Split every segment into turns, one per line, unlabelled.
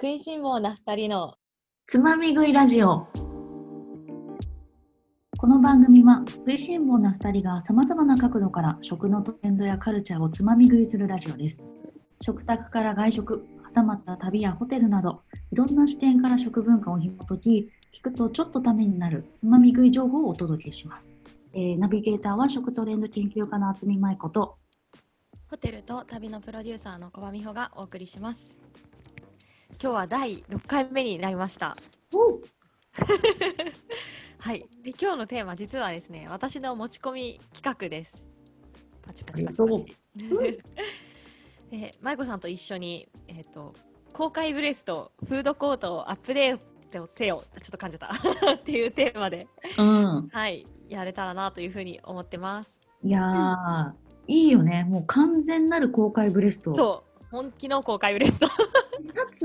食いしん坊な2人の
つまみ食いラジオこの番組は食いしん坊な2人がさまざまな角度から食のトレンドやカルチャーをつまみ食いするラジオです食卓から外食はたまた旅やホテルなどいろんな視点から食文化を紐解き聞くとちょっとためになるつまみ食い情報をお届けします、えーナビゲーターは食トレンド研究家の渥美舞子と
ホテルと旅のプロデューサーの小場美穂がお送りします今日は第6回目になりましたはいで今日のテーマ実はですね私の持ち込み企画ですパチパチパチパ
ありがとう
チ で舞子さんと一緒にえっ、と公開ブレスとフードコートをアップデートせよちょっと噛んじゃった っていうテーマで
うん
はいやれたらなというふうに思ってます
いやーいいよねもう完全なる公開ブレスト
そう本気の公開ブレスト
かつ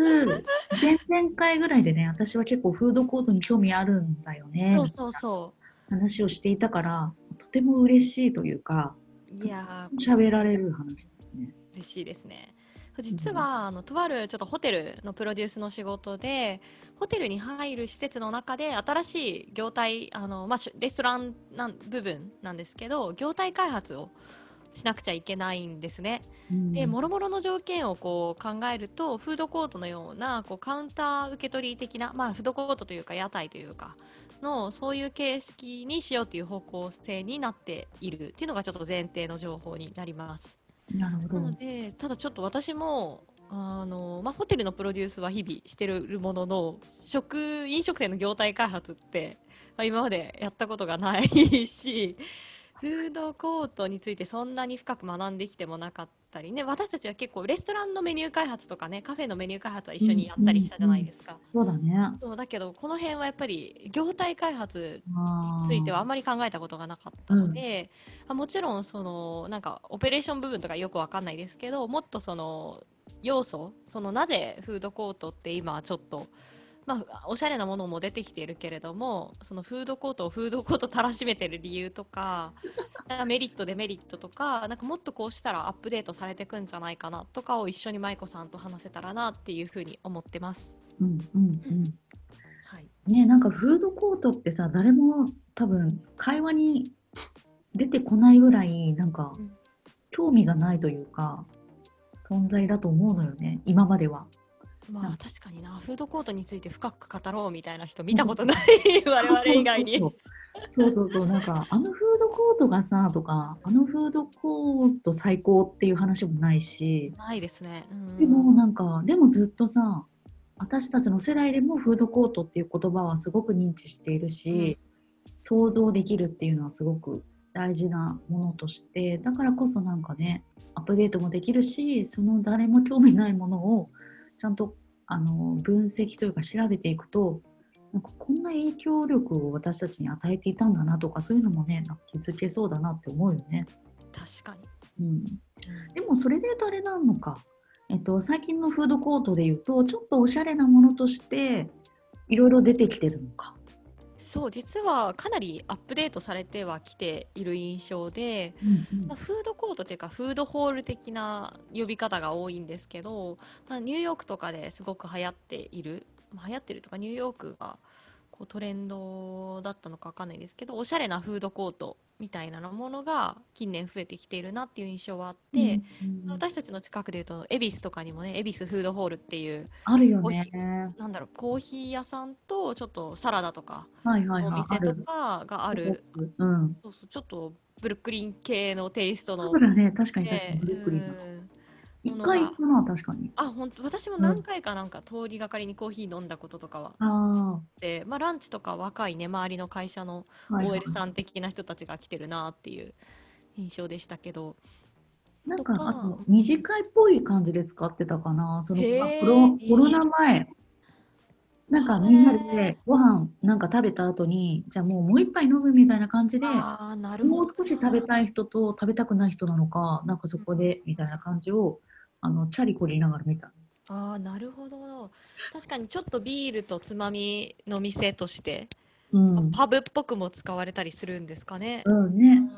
前々回ぐらいでね私は結構フードコートに興味あるんだよね
そうそうそ
話をしていたからとても嬉しいというか
う。いやー、
喋られる話ですね。
嬉しいですね。実は、あのとあるちょっとホテルのプロデュースの仕事でホテルに入る施設の中で新しい業態あの、まあ、しレストランなん部分なんですけど業態開発をしなくちゃいけないんですね。でもろもろの条件をこう考えるとフードコートのようなこうカウンター受け取り的な、まあ、フードコートというか屋台というかのそういう形式にしようという方向性になっているっていうのがちょっと前提の情報になります。
なるほ
な
ど
の。でただちょっと私もあの、まあ、ホテルのプロデュースは日々してるものの食飲食店の業態開発って、まあ、今までやったことがないしフードコートについてそんなに深く学んできてもなかったりね私たちは結構レストランのメニュー開発とかねカフェのメニュー開発は一緒にやったりしたじゃないですか。
そうだね。あ
そうだけどこの辺はやっぱり業態開発
ー
についてはあんまり考えたことがなかったので、あもちろんそのなんかオペレーション部分とかよくわかんないですけどもっとその要素そのなぜフードコートって今ちょっと、まあ、おしゃれなものも出てきているけれどもそのフードコートをフードコートたらしめてる理由とか なんかメリットデメリットとかなんかもっとこうしたらアップデートされていくんじゃないかなとかを一緒に舞子さんと話せたらなっていうふうに思ってます。
うんうん
はい、
うん。ねなんかフードコートってさ誰も多分会話に出てこないぐらいなんか
うん
興味がないというか存在だと思うのよね今までは。
ま
な
あ
ん
確かになフードコートについて深く語ろうみたいな人見たことない 我々以外に
そうそうそうそうそうなんかあのフードコートがさとかあのフードコート最高っていう話もないし
ないですねうん
でもなんかでもずっとさ私たちの世代でもフードコートっていう言葉はすごく認知しているし、想像できるっていうのはすごく大事なものとしてだからこそなんかねアップデートもできるしその誰も興味ないものをちゃんとあの分析というか調べていくとなんかこんな影響力を私たちに与えていたんだなとかそういうのもねなんか気づけそうだなって思うよね。
確かに、
うん、でもそれで言うとあれなのか、えっと、最近のフードコートで言うとちょっとおしゃれなものとしていろいろ出てきてるのか。
そう実はかなりアップデートされてはきている印象で、まあ、フードコートというかフードホール的な呼び方が多いんですけど、まあ、ニューヨークとかですごく流行っている、まあ、流行ってるとかニューヨークがこうトレンドだったのかわかんないですけどおしゃれなフードコートみたいなものが近年増えてきているなっていう印象はあって。
うん
私たちの近くでいうと恵比寿とかにもね恵比寿フードホールっていう
あるよ
コー
ね
ヒ。なんだろうコーヒー屋さんとちょっとサラダとか
はいはい
お
はい。
店とかがある。
うん。
そうそうちょっとブルックリン系のテイストの
そうだね、確かに確かに
ね
ブルックリンだ。
うん
一回行ったな、確かに。
あ本当私も何回かなんか通りがかりにコーヒー飲んだこととかはあ
あ
って、まあ、ランチとか若いね周りの会社の
あ、はいはい
OL さん的な人たちが来てるなっていう印象でしたけど、
なんか
とか
あと二次会っぽい感じで使ってたかなその
へー
コロコロナ前なんかみんな
へー
でご飯なんか食べた後にじゃあもうもう一杯飲むみたいな感じで
ああなる
も
ほ
う
ど
少し食べたい人と食べたくない人なのかなんかそこでみたいな感じをあのチャリこりながら見た。
ああ、なるほど。確かにちょっとビールとつまみの店として、
うん、
パブっぽくも使われたりするんですかね。
うん
う
ね
ん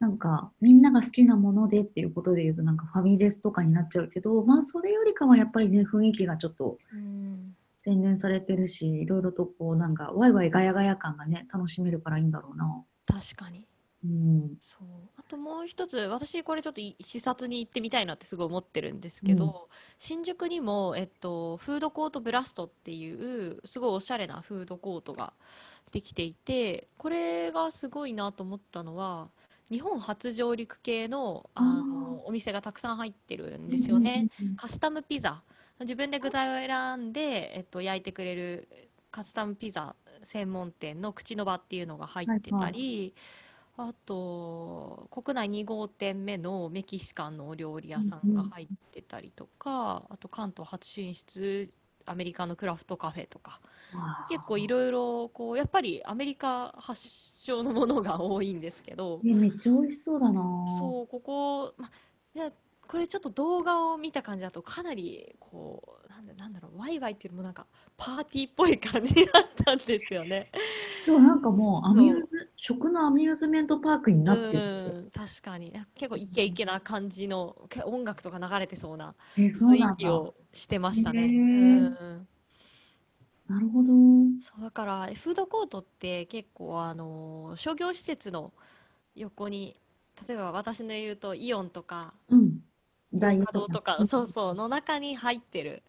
なんかみんなが好きなものでっていうことで言うとなんかファミレスとかになっちゃうけどまあそれよりかはやっぱりね雰囲気がちょっと
うん
洗練されてるしいろいろとこうなんかワイワイガヤガヤ感がね楽しめるからいいんだろうな。
確かに
うん
そうあともう一つ私これちょっとい視察に行ってみたいなってすごい思ってるんですけど、
うん
新宿にも、えっと、フードコートブラストっていうすごいおしゃれなフードコートができていてこれがすごいなと思ったのは日本初上陸系の、あのお店がたくさん入ってるんですよね。
うんうんうん
カスタムピザ自分で具材を選んで、えっと、焼いてくれるカスタムピザ専門店の口の場っていうのが入ってたり、あと国内2号店目のメキシカンのお料理屋さんが入ってたりとか、あと関東初進出アメリカのクラフトカフェとか
うんわあ
結構いろいろこうやっぱりアメリカ発祥のものが多いんですけど。
ねめっちゃ美味しそうだな。
そう、ここ、ま、で、これちょっと動画を見た感じだと、かなり、こう、なんだ、なんだろう、ワイワイっていうよりも、なんか、パーティーっぽい感じだったんですよね。
でもなんかもうアミューズ食のアミューズメントパークに
う
なってる。
ん、確かに、結構イケイケな感じの、け音楽とか流れてそうな
えそう
雰囲
なんだ。
気をしてましたね。
へ
う
え
ん。
なるほど。
そう、だから、フードコートって、結構、あの、商業施設の横に、例えば私の言うと、イオンとか、
うん。
大
イ
華堂とか、そうそう、の中に入ってる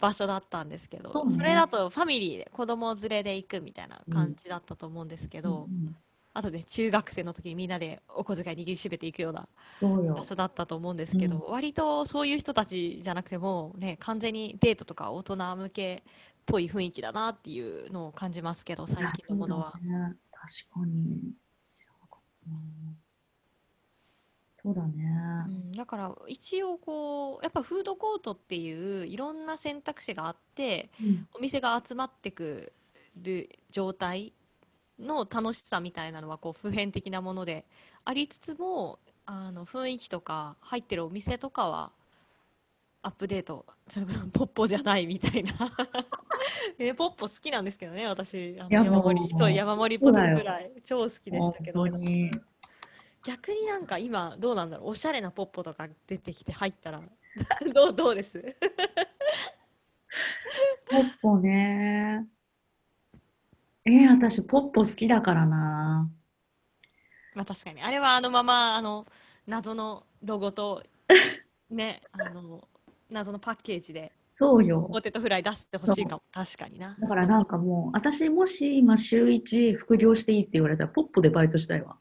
場所だったんですけど、
そ
そう
ね
れだとファミリーで子供連れで行くみたいな感じだったと思うんですけ
うん
ど、
うん
あとね、中学生の時にみんなでお小遣い握りしめていくような
そうよ
場。所だったと思うんですけど、割とそういう人たちじゃなくても、ね、完全にデートとか大人向けっぽい雰囲気だなっていうのを感じますけど、最近のものは。
いやそうだね、確かに。知らなかったなそうだ
う
ね。
ん、だから一応こう、やっぱフードコートっていういろんな選択肢があって、
うん
お店が集まってくる状態の楽しさみたいなのはこう普遍的なものでありつつもあの雰囲気とか入ってるお店とかはアップデートそれこそポッポじゃないみたいなえポッポ好きなんですけどね私あの
いや
山盛り
もう
そう山盛りポテ
そうだ
ト
よ
ぐらい超好きでしたけど
本当に
逆になんか今どうなんだろうおしゃれなポッポとか出てきて入ったら どうどうです
ポッポね。えー、私、ポッポ好きだからな。
まあ確かにあれはあのままあの謎のロゴ とねあの謎のパッケージで
そうよ。
ポテトフライ出してほしいかも確かにな
だからなんかもう、私もし今週1副業していいって言われたら、ポッポでバイトしたい わ。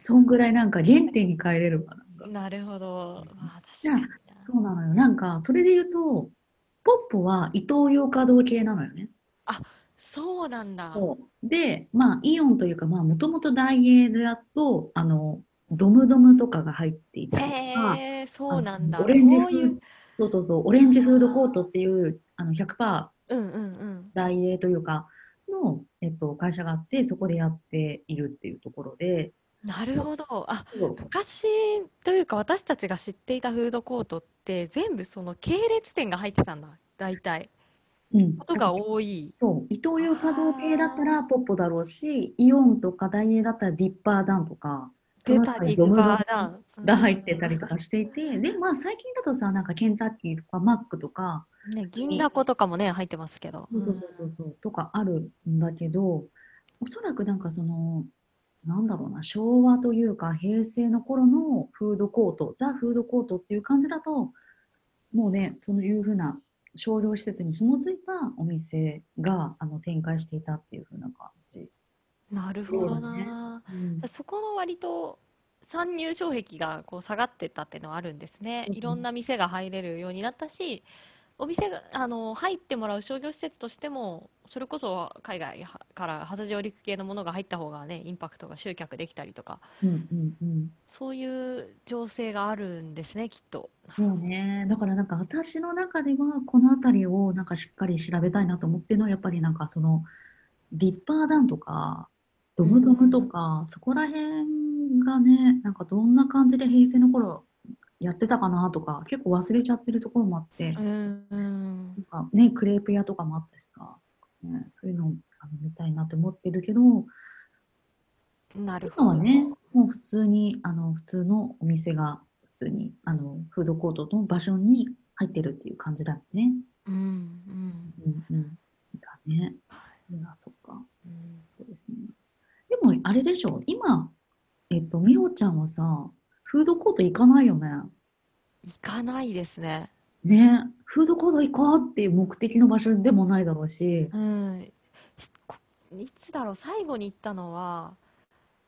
そんぐらいなんか原点に帰れるわ。なんか
なるほどまあ確
じゃ
か
あ
にな
そうなのよ。なんか、それで言うと、ポッポはイトーヨーカドー系なのよね。
そうなんだ
そうで、まあ、イオンというか、まあ、もともとダイエーだと、あの、ドムドムとかが入っていたりとか、
へえそうなんだ
あ
そう
のオレンジ
い
フード
う
そうそうそう、オレンジフードコートっていう、あの、100%
うんうんうん
ダイエーというか、の、えっと、会社があって、そこでやっているっていうところで、
なるほどあ
そう
昔というか私たちが知っていたフードコートって全部その系列店が入ってたんだ大体
うん、
ことが多い
そう、イトーヨーカドー系だったらポッポだろうし、イオンとかダイエーだったらディッパーダンとか、そ
出
の
た
中
ディ
に
ッ
ドムドム
パーダンうん
が入ってたりとかしていて、で、まあ最近だとさ、なんかケンタッキーとかマックとか、
ね、銀だことかもね、入ってますけど。
そうそうそうそう、とかあるんだけど、おそらくなんかその、なんだろうな、昭和というか平成の頃のフードコート、ザ・フードコートっていう感じだと、もうね、そういうふうな商業施設に紐づいたお店があの展開していたっていうふうな感じ。
うんなるほど
そう
な。
うん
そこの割と参入障壁がこう下がってったっていうのはあるんですね。
うんうん
いろんな店が入れるようになったし、お店があの入ってもらう商業施設としても、それこそ海外はから初上陸系のものが入った方がね、インパクトが集客できたりとか、
うんうんうん、
そういう情勢があるんですね、きっと。
そうねだからなんか私の中ではこの辺りをなんかしっかり調べたいなと思ってるのはやっぱりなんかそのディッパーダンとかドムドムとかそこら辺がねなんかどんな感じで平成の頃やってたかなとか結構忘れちゃってるところもあって
う
なん
んうん。
かねクレープ屋とかもあったしさ、ね、そういうのあの見たいなって思ってるけど
なるほ
今
ど。
はね、もう普通に、あの、普通のお店が、普通に、あの、フードコートの場所に入ってるっていう感じだよね。
うんうん
うんうん。だね。
はい
や、そっか。
うん
そうですね。でも、あれでしょ、今、えっと、みほちゃんはさ、フードコート行かないよね。
行かないですね。
ね、フードコート行こうっていう目的の場所でもないだろうし、
うん。しこいつだろう、最後に行ったのは、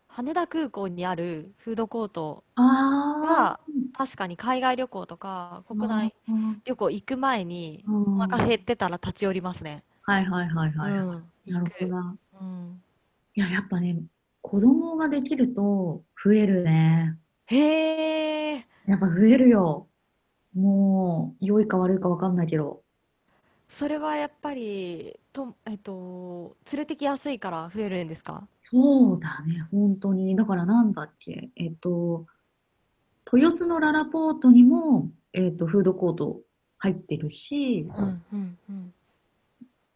羽田空港にあるフードコート
あ
は、確かに海外旅行とか
あ、
国内
うん
旅行行く前に、
うん
お腹減ってたら立ち寄りますね。
はいはいはいはい。
うん。
な
行
るほど
く。
な。
うん。
いや、やっぱね、子供ができると増えるね。
へえ、
やっぱ増えるよ。もう、良いか悪いか分かんないけど。
それはやっぱり、と、えっと、連れてきやすいから増えるんですか
そうだね、本当に。だからなんだっけ、えっと、豊洲のララポートにも、えっと、フードコート入ってるし、
うんうんうん。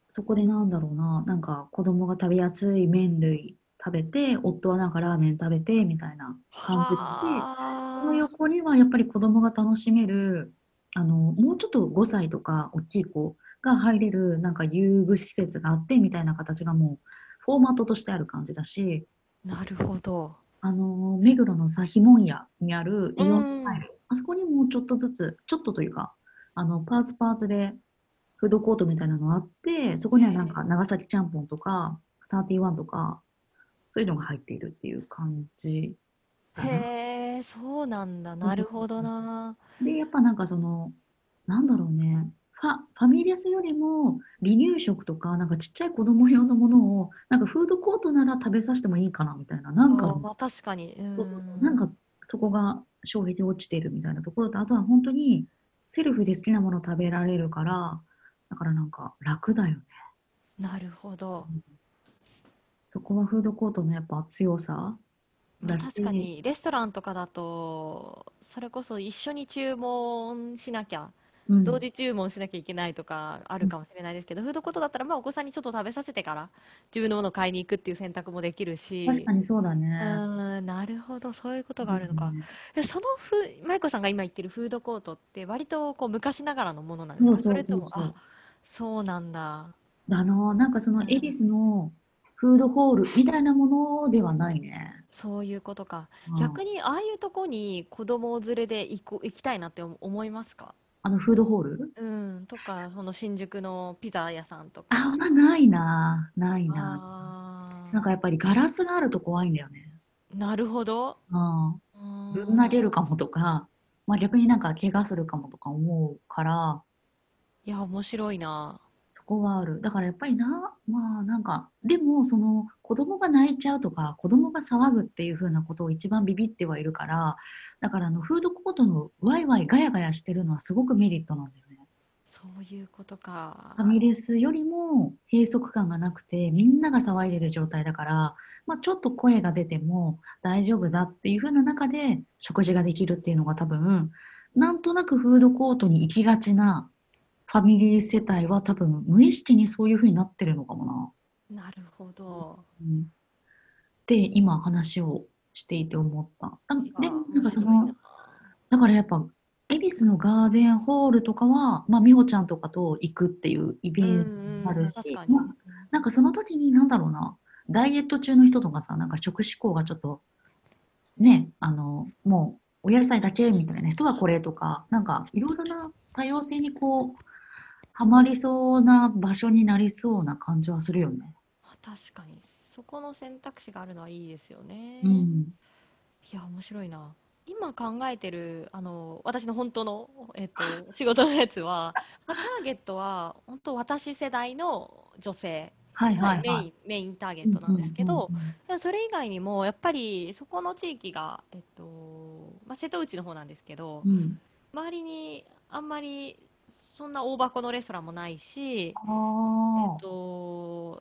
そこでなんだろうな、なんか子供が食べやすい麺類食べて、夫はなんかラーメン食べてみたいな感じだし、その
はあ。
横にはやっぱり子供が楽しめる、あの、もうちょっと5歳とか大きい子が入れるなんか遊具施設があってみたいな形がもうフォーマットとしてある感じだし、
なるほど。
あのー目黒のさ、ひもん屋にあるイオンスタイ
う
ル、あそこにもうちょっとずつ、ちょっとというか、あのパーツパーツでフードコートみたいなのがあって、そこにはなんか長崎ちゃんぽんとか、サーティワンとか、そういうのが入っているっていう感じかな。
へえ、そうなんだ。なるほどな。
で、やっぱなんかその、なんだろうね、ファ、ファミレスよりも離乳食とか、なんかちっちゃい子供用のものを、なんかフードコートなら食べさせてもいいかなみたいな、なんか
あ
の
ーまあ確かに。う
そうそうそうなん
ん。
かそこが消費で落ちてるみたいなところとあとは本当にセルフで好きなもの食べられるからだからなんか楽だよね
なるほど。
そこはフードコートのやっぱ強さ
まあ
だし
確かに、レストランとかだと、それこそ一緒に注文しなきゃ、
うん
同時注文しなきゃいけないとかあるかもしれないですけど、フードコートだったら、まあお子さんにちょっと食べさせてから、自分のものを買いに行くっていう選択もできるし、
確かにそうだ
う
ね
ーん、なるほど、そういうことがあるのか。で、そのふ、マイコさんが今言ってるフードコートって、割とこう昔ながらのものなんです
そう
かそ
そう
れ
そ
と
う
も、
そ
あ
う、
そうなんだ。
だななんかその
うん
恵比寿のフードホールみたいなものではないね、
そういうことか。
うん
逆に、ああいうとこに子供連れで行こ、行きたいなって思思いますか
あのフードホール
うん、とか、その新宿のピザ屋さんと
あん
か。
まないなないな
あ
なんかやっぱりガラスがあると怖いんだよね
ー、なるほど。
うん
うー
ぶん投げ
ん。
るかもとか、まあ、逆になんか怪我するかもとか思うから
いや、面白いな。
そこはあるだからやっぱりなまあなんかでもその子供が泣いちゃうとか子供が騒ぐっていう風なことを一番ビビってはいるからだからあのフードコートのワイワイガヤガヤしてるのはすごくメリットなんだよね
そういうことか
ファ。ミレスよりも閉塞感がなくてみんなが騒いでる状態だから、まあ、ちょっと声が出ても大丈夫だっていう風な中で食事ができるっていうのが多分なんとなくフードコートに行きがちなファミリー世帯は多分無意識にそういう風になってるのかもな、
なるほど。
うん、って今話をしていて思った。あ
あ
で
ー
もな
面
んかそ
白い
の
な。
だからやっぱ恵比寿のガーデンホールとかは、まあ、美穂ちゃんとかと行くっていうイベ
うん
ントもあ
うん、
るし、
確かに。
まあ、なんかその時になんだろうなダイエット中の人とかさなんか食思考がちょっとねあのもうお野菜だけみたいな人はこれとかなんかいろいろな多様性にこうはまりそうな場所になりそうな感じはするよね。
まあ確かに。そこの選択肢があるのはいいですよね。
うん、
いや、面白いな。今考えてる、あの、私の本当の、えっと、仕事のやつは、まあターゲットは、本当私世代の女性
はい
が
はい
メ
は
イン、メインターゲ
い。
ットなんですけど
う、んうんうん
でもそれ以外にも、やっぱりそこの地域が、えっと、まあ、瀬戸内の方なんですけど、
うんうん、
周りにあんまりそんな大箱のレストランもないし、えっ
あ
と、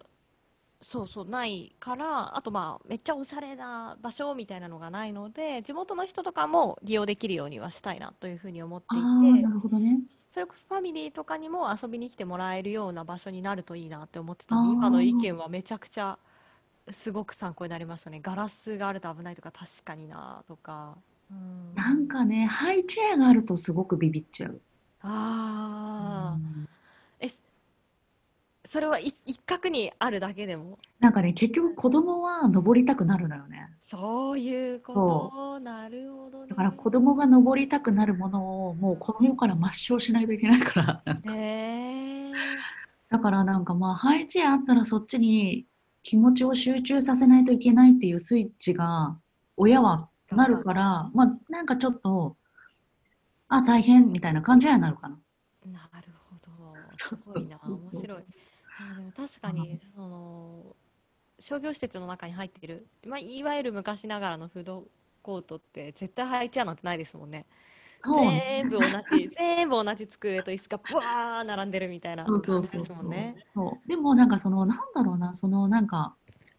そうそう、ないから、あとまあ、めっちゃおしゃれな場所みたいなのがないので、地元の人とかも利用できるようにはしたいなというふうに思って
あ、あ
い
あ
て、
なるほどね。
それこそファミリーとかにも遊びに来てもらえるような場所になるといいなって思ってたんで、今の意
あ
見はめちゃくちゃすごく参考になりましたね。ガラスがあると危ないとか、確かになとか。うん、あ
なんかねハイチェアがあるとすごくビビっちゃう。
あ
う
ー、
ん
え、それはい一角にあるだけでも。
なんかね結局子供は登りたくなるのよね。
そういうこと。なるほどね。
だから子供が登りたくなるものをもうこの世から抹消しないといけないから なんか
ね
だからなんかまあハイチェアあったらそっちに気持ちを集中させないといけないっていうスイッチが親は
え
なるからまあなんかちょっとあ大変みたいな感じにはなるかな。
なるほど。すごいな。面
そうそう
白い。あでも確かに、その、商業施設の中に入っている、まあ、いわゆる昔ながらのフードコートって、絶対配置穴なんてないですもんね。
そうね
全部同じ、 全部同じ机と椅子がブワー並んでるみたいな
そうそ
感
う
じ
そう
です
そ
も
うん
ね。
そうでもなんかそのなんだろうなそのなんか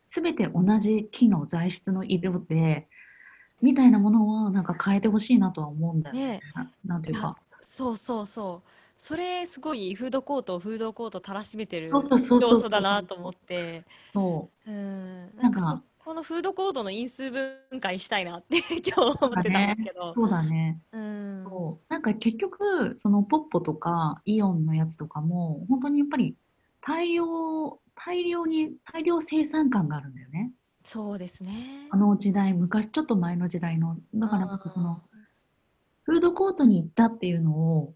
全て同じ木の材質の色でみたいなものはなんか変えてほしいなとは思うんだよね
ね
ななんていうか
そうそうそう。それすごいフードコートをフードコートたらしめてる
そうそうそうそう
要素だなと思って。
そう
うん、
な
なんん
か
かそこのフードコートの因数分解したいなって 今日思ってたんですけど、
そうだね
うん、
そうなんか結局そのポッポとかイオンのやつとかも本当にやっぱり大量大量に大量生産感があるんだよね
そうですね
あ。の時代昔ちょっと前の時代のだからなんかその
あ
フードコートに行ったっていうのを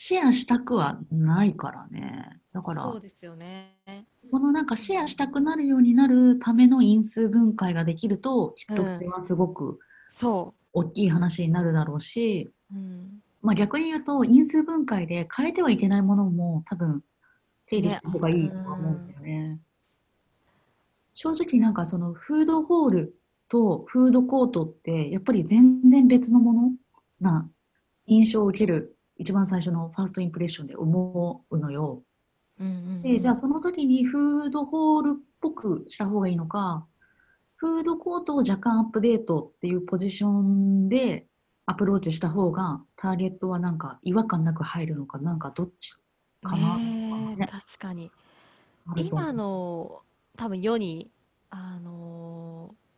シェアしたくはないからね。だか
ー
ら、
そう
こ
ですよね。
のなんかシェアしたくなるようになるための因数分解ができると、きっとそれはすごく
そ
大きい話になるだろうし、
う、うん、
まあ逆に言うと、因数分解で変えてはいけないものも多分整理した方がいいとは思うんだよね。正直なんかそのフードホールとフードコートってやっぱり全然別のものな印象を受ける一番最初のファーストインプレッションで思うのよ。
うんうんうん
で、じゃあその時にフードホールっぽくした方がいいのか、フードコートを若干アップデートっていうポジションでアプローチした方がターゲットはなんか違和感なく入るのか、なんかどっちかなとか
ねえ
ね
確かに
あると思う
今の多分世にあのー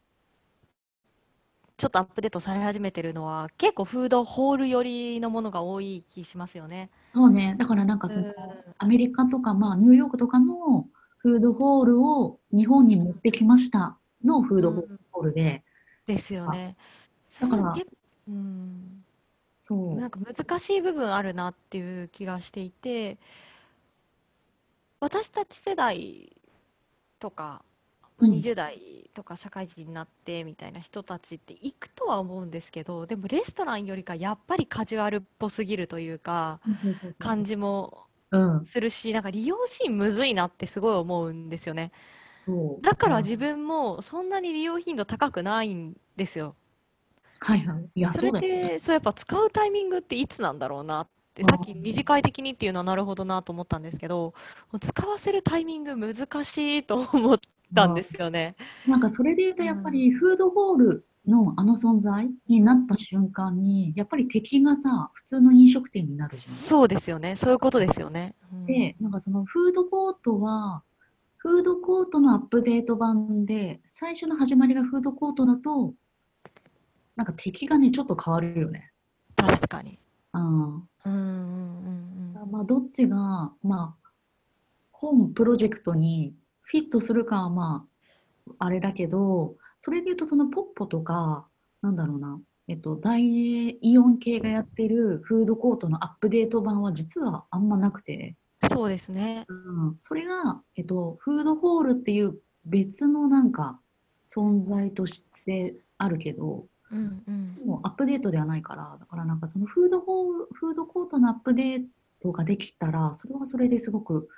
ちょっとアップデートされ始めてるのは結構フードホール寄りのものが多い気しますよね。
そうね、だからなんかその、アメリカとか、まあ、ニューヨークとかのフードホールを日本に持ってきましたのフードホールで、
ですよね。
だから
最初結うん
そう、
なんか難しい部分あるなっていう気がしていて、私たち世代とか、
うん
20代とか社会人になってみたいな人たちって行くとは思うんですけど、でもレストランよりかやっぱりカジュアルっぽすぎるというか、感じも
うん、
するし、なんか利用シーンむずいなってすごい思うんですよね。
そう。
だから自分もそんなに利用頻度高くないんですよ。
はいはい。いや、
そ
そ
れ
うだよね。
で、そうやっぱ使うタイミングっていつなんだろうなって、
うん
さっき二次会的にっていうのはなるほどなと思ったんですけど、使わせるタイミング難しいと思ったんですよね。
なんかそれで言うと、やっぱりフードホールのあの存在になった瞬間に、やっぱり敵がさ、普通の飲食店になるじゃん。
そうですよね。そういうことですよね。うん
で、なんかそのフードコートは、フードコートのアップデート版で、最初の始まりがフードコートだと、なんか敵がね、ちょっと変わるよね。
確かに。
うん。
うんうんうんうん。
まあ、どっちが、まあ、本プロジェクトにフィットするかは、まあ、あれだけど、それで言うと、そのポッポとか、なんだろうな、えっと、大英イオン系がやってるフードコートのアップデート版は実はあんまなくて、
そうですね。
うん、それが、えっと、フードホールっていう別のなんか存在としてあるけど、
うんうん。
もうアップデートではないから、だからなんかそのフードホール、フードコートのアップデートができたら、それはそれですごく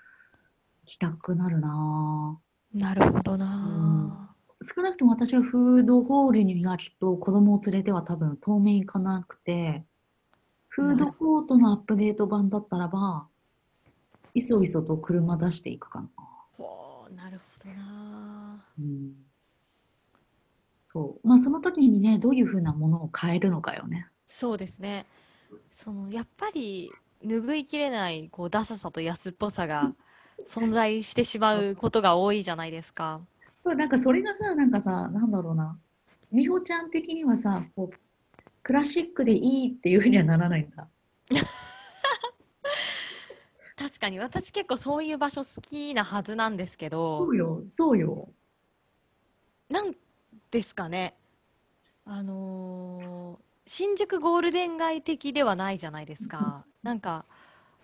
来たくなるなぁ
なるほどな。
少なくとも私はフードホールにはきっと子供を連れては多分当面行かなくて、フードコートのアップデート版だったらば、いそいそと車出していくかな。
ほう、なるほどな。
うんそう。まあその時にね、どういうふうなものを変えるのかよね。
そうですね。そのやっぱり拭いきれないこうダサさと安っぽさが存在してしまうことが多いじゃないですか。
そうなんかそれがさなんかさなんだろうな美穂ちゃん的にはさこうクラシックでいいっていうふうにはならないんだ。
確かに私結構そういう場所好きなはずなんですけ
そ
ど
うよそうよ。
なんですかねあのー新宿ゴールデン街的ではないじゃないですかなんか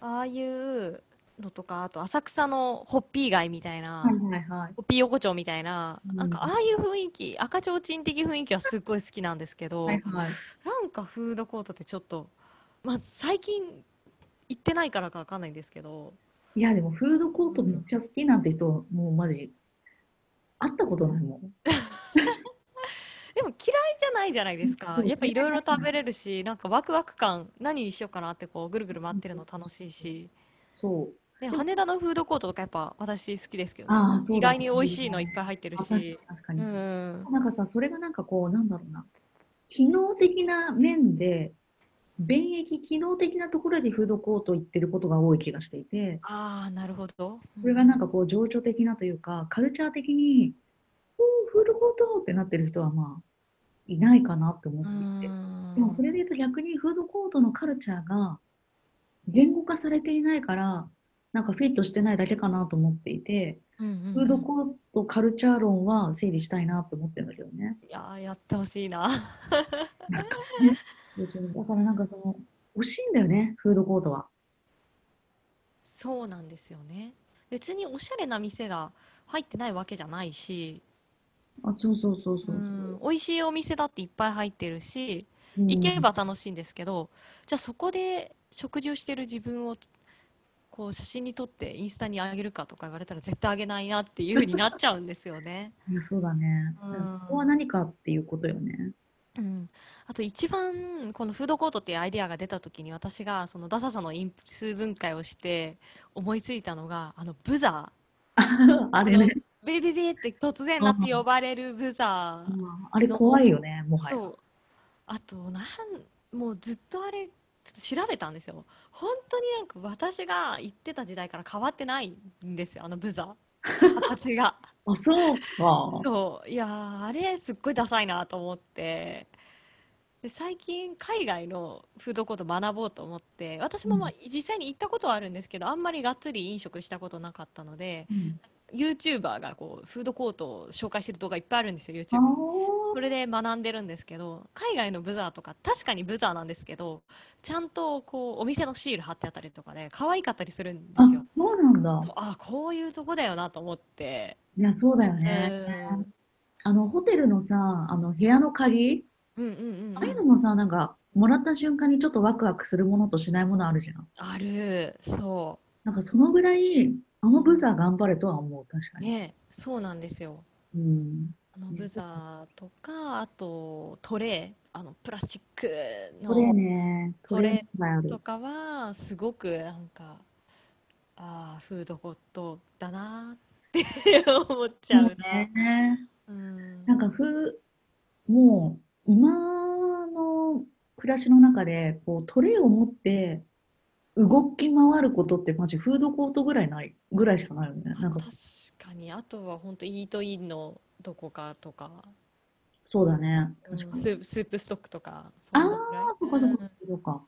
ああいうのとかあと浅草のホッピー街みたいな、
はいはいはい。
ホッピー横丁みたいな、
うん
なんかああいう雰囲気赤ちょうちん的雰囲気はすっごい好きなんですけど、
はいはい。
なんかフードコートってちょっと、まあ、最近行ってないからかわかんないんですけど
いやでもフードコートめっちゃ好きなんて人もうマジ会ったことないもん。
でも嫌いじゃないじゃないですか
うん
やっぱいろいろ食べれるしなんかワクワク感何にしようかなってこうぐるぐる回ってるの楽しいし、
そう。
ね、羽田のフードコートとかやっぱ私好きですけど、
ああそうだ
意外に美味しいのいっぱい入ってる
確かに
し。
確か
う
に、
ん
なんかさそれがなんかこうなんだろうな機能的な面で便益機能的なところでフードコート行ってることが多い気がしていて
ああなるほど。
これがなんかこう情緒的なというかカルチャー的に「おーフードコート!」ってなってる人はまあいないかなって思っていてでもそれで言うと逆にフードコートのカルチャーが言語化されていないからなんかフィットしてないだけかなと思っていて。フ
フ
ードコートカルチャー論は整理したいなと思ってるんだけどね。
いやーやってほしいな。
なんかねだからなんかその、惜しいんだよね、フードコートは。
そうなんですよね。別におしゃれな店が入ってないわけじゃないし、
あ、そうそうそうそうう。
ん、美味しいお店だっていっぱい入ってるし、
うん
行けば楽しいんですけど、じゃあそこで食事をしてる自分をこう写真に撮ってインスタにあげるかとか言われたら絶対あげないなっていう風になっちゃうんですよね。
いやそうだね。
うん
だからそこは何かっていうことよ ね。
うん、あと一番このフードコートっていうアイデアが出た時に私がそのダサさの因数分解をして思いついたのがあのブザ
あれね。
ーベイベイベイって突然なって呼ばれるブザー
うんあれ怖いよね、もはや。
そうあとなんもうずっとあれちょっと調べたんですよ本当になんか私が行ってた時代から変わってないんですよあのブザー形が
あ、そうか。
そういやーあれすっごいダサいなと思ってで最近海外のフードコート学ぼうと思って私もまあ実際に行ったことはあるんですけどあんまりがっつり飲食したことなかったので
うん、
YouTuber がこうフードコートを紹介してる動画いっぱいあるんですよ
あ
YouTube
ー
それで学んでるんですけど海外のブザーとか確かにブザーなんですけどちゃんとこうお店のシール貼ってあったりとかで可愛かったりするんです
あ
よ。
そうなんだ。
あこういうとこだよなと思って。
いや、そうだよ
う
ね。
ん
あの、ホテルのさ、あの、部屋の鍵、
うんうん
あ
う
あいうんのもさ、なんか、もらった瞬間にちょっとワクワクするものとしないものあるじゃん。
あるそ
なんかそのぐらい、あのブザー頑張れとは思う、確か
う
に。
ねそうなんですよ
うん。
あのブザーとかあとトレーあのプラスチック
トレー
の
ね。
トレー
トレーがある
と。かはすごくなんかああフードコートだなーって思っちゃうな。
ね。
うん
なんかふ、もう、今の暮らしの中で、こう、トレーを持って、動き回ることって、マジフードコートぐらいない、ぐらいしかないよね。なんか
確、かにあとは本当イートインのどこかとか、
そうだね。
うんス
確かに。
ープスープストックとか
あー
そのぐらい
そっかそっ
うん、
かそっか。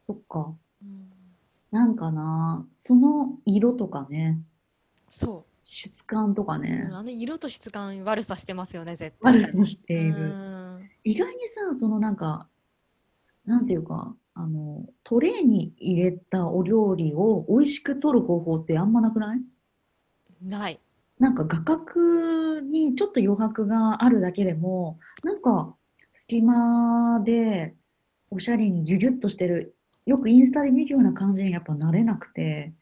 そっか。
うん
なんかな、その色とかね、
そ
質感とか
う、
ね、
あの色と質感悪さしてますよね絶対
悪さしている。
うん
意外にさ、そのなんか、なんていうか、あの、トレーに入れたお料理を美味しく取る方法ってあんまなくない
ない
なんか画角にちょっと余白があるだけでも、なんか隙間でおしゃれにギュギュッとしてる、よくインスタで見るような感じにやっぱ慣れなくて、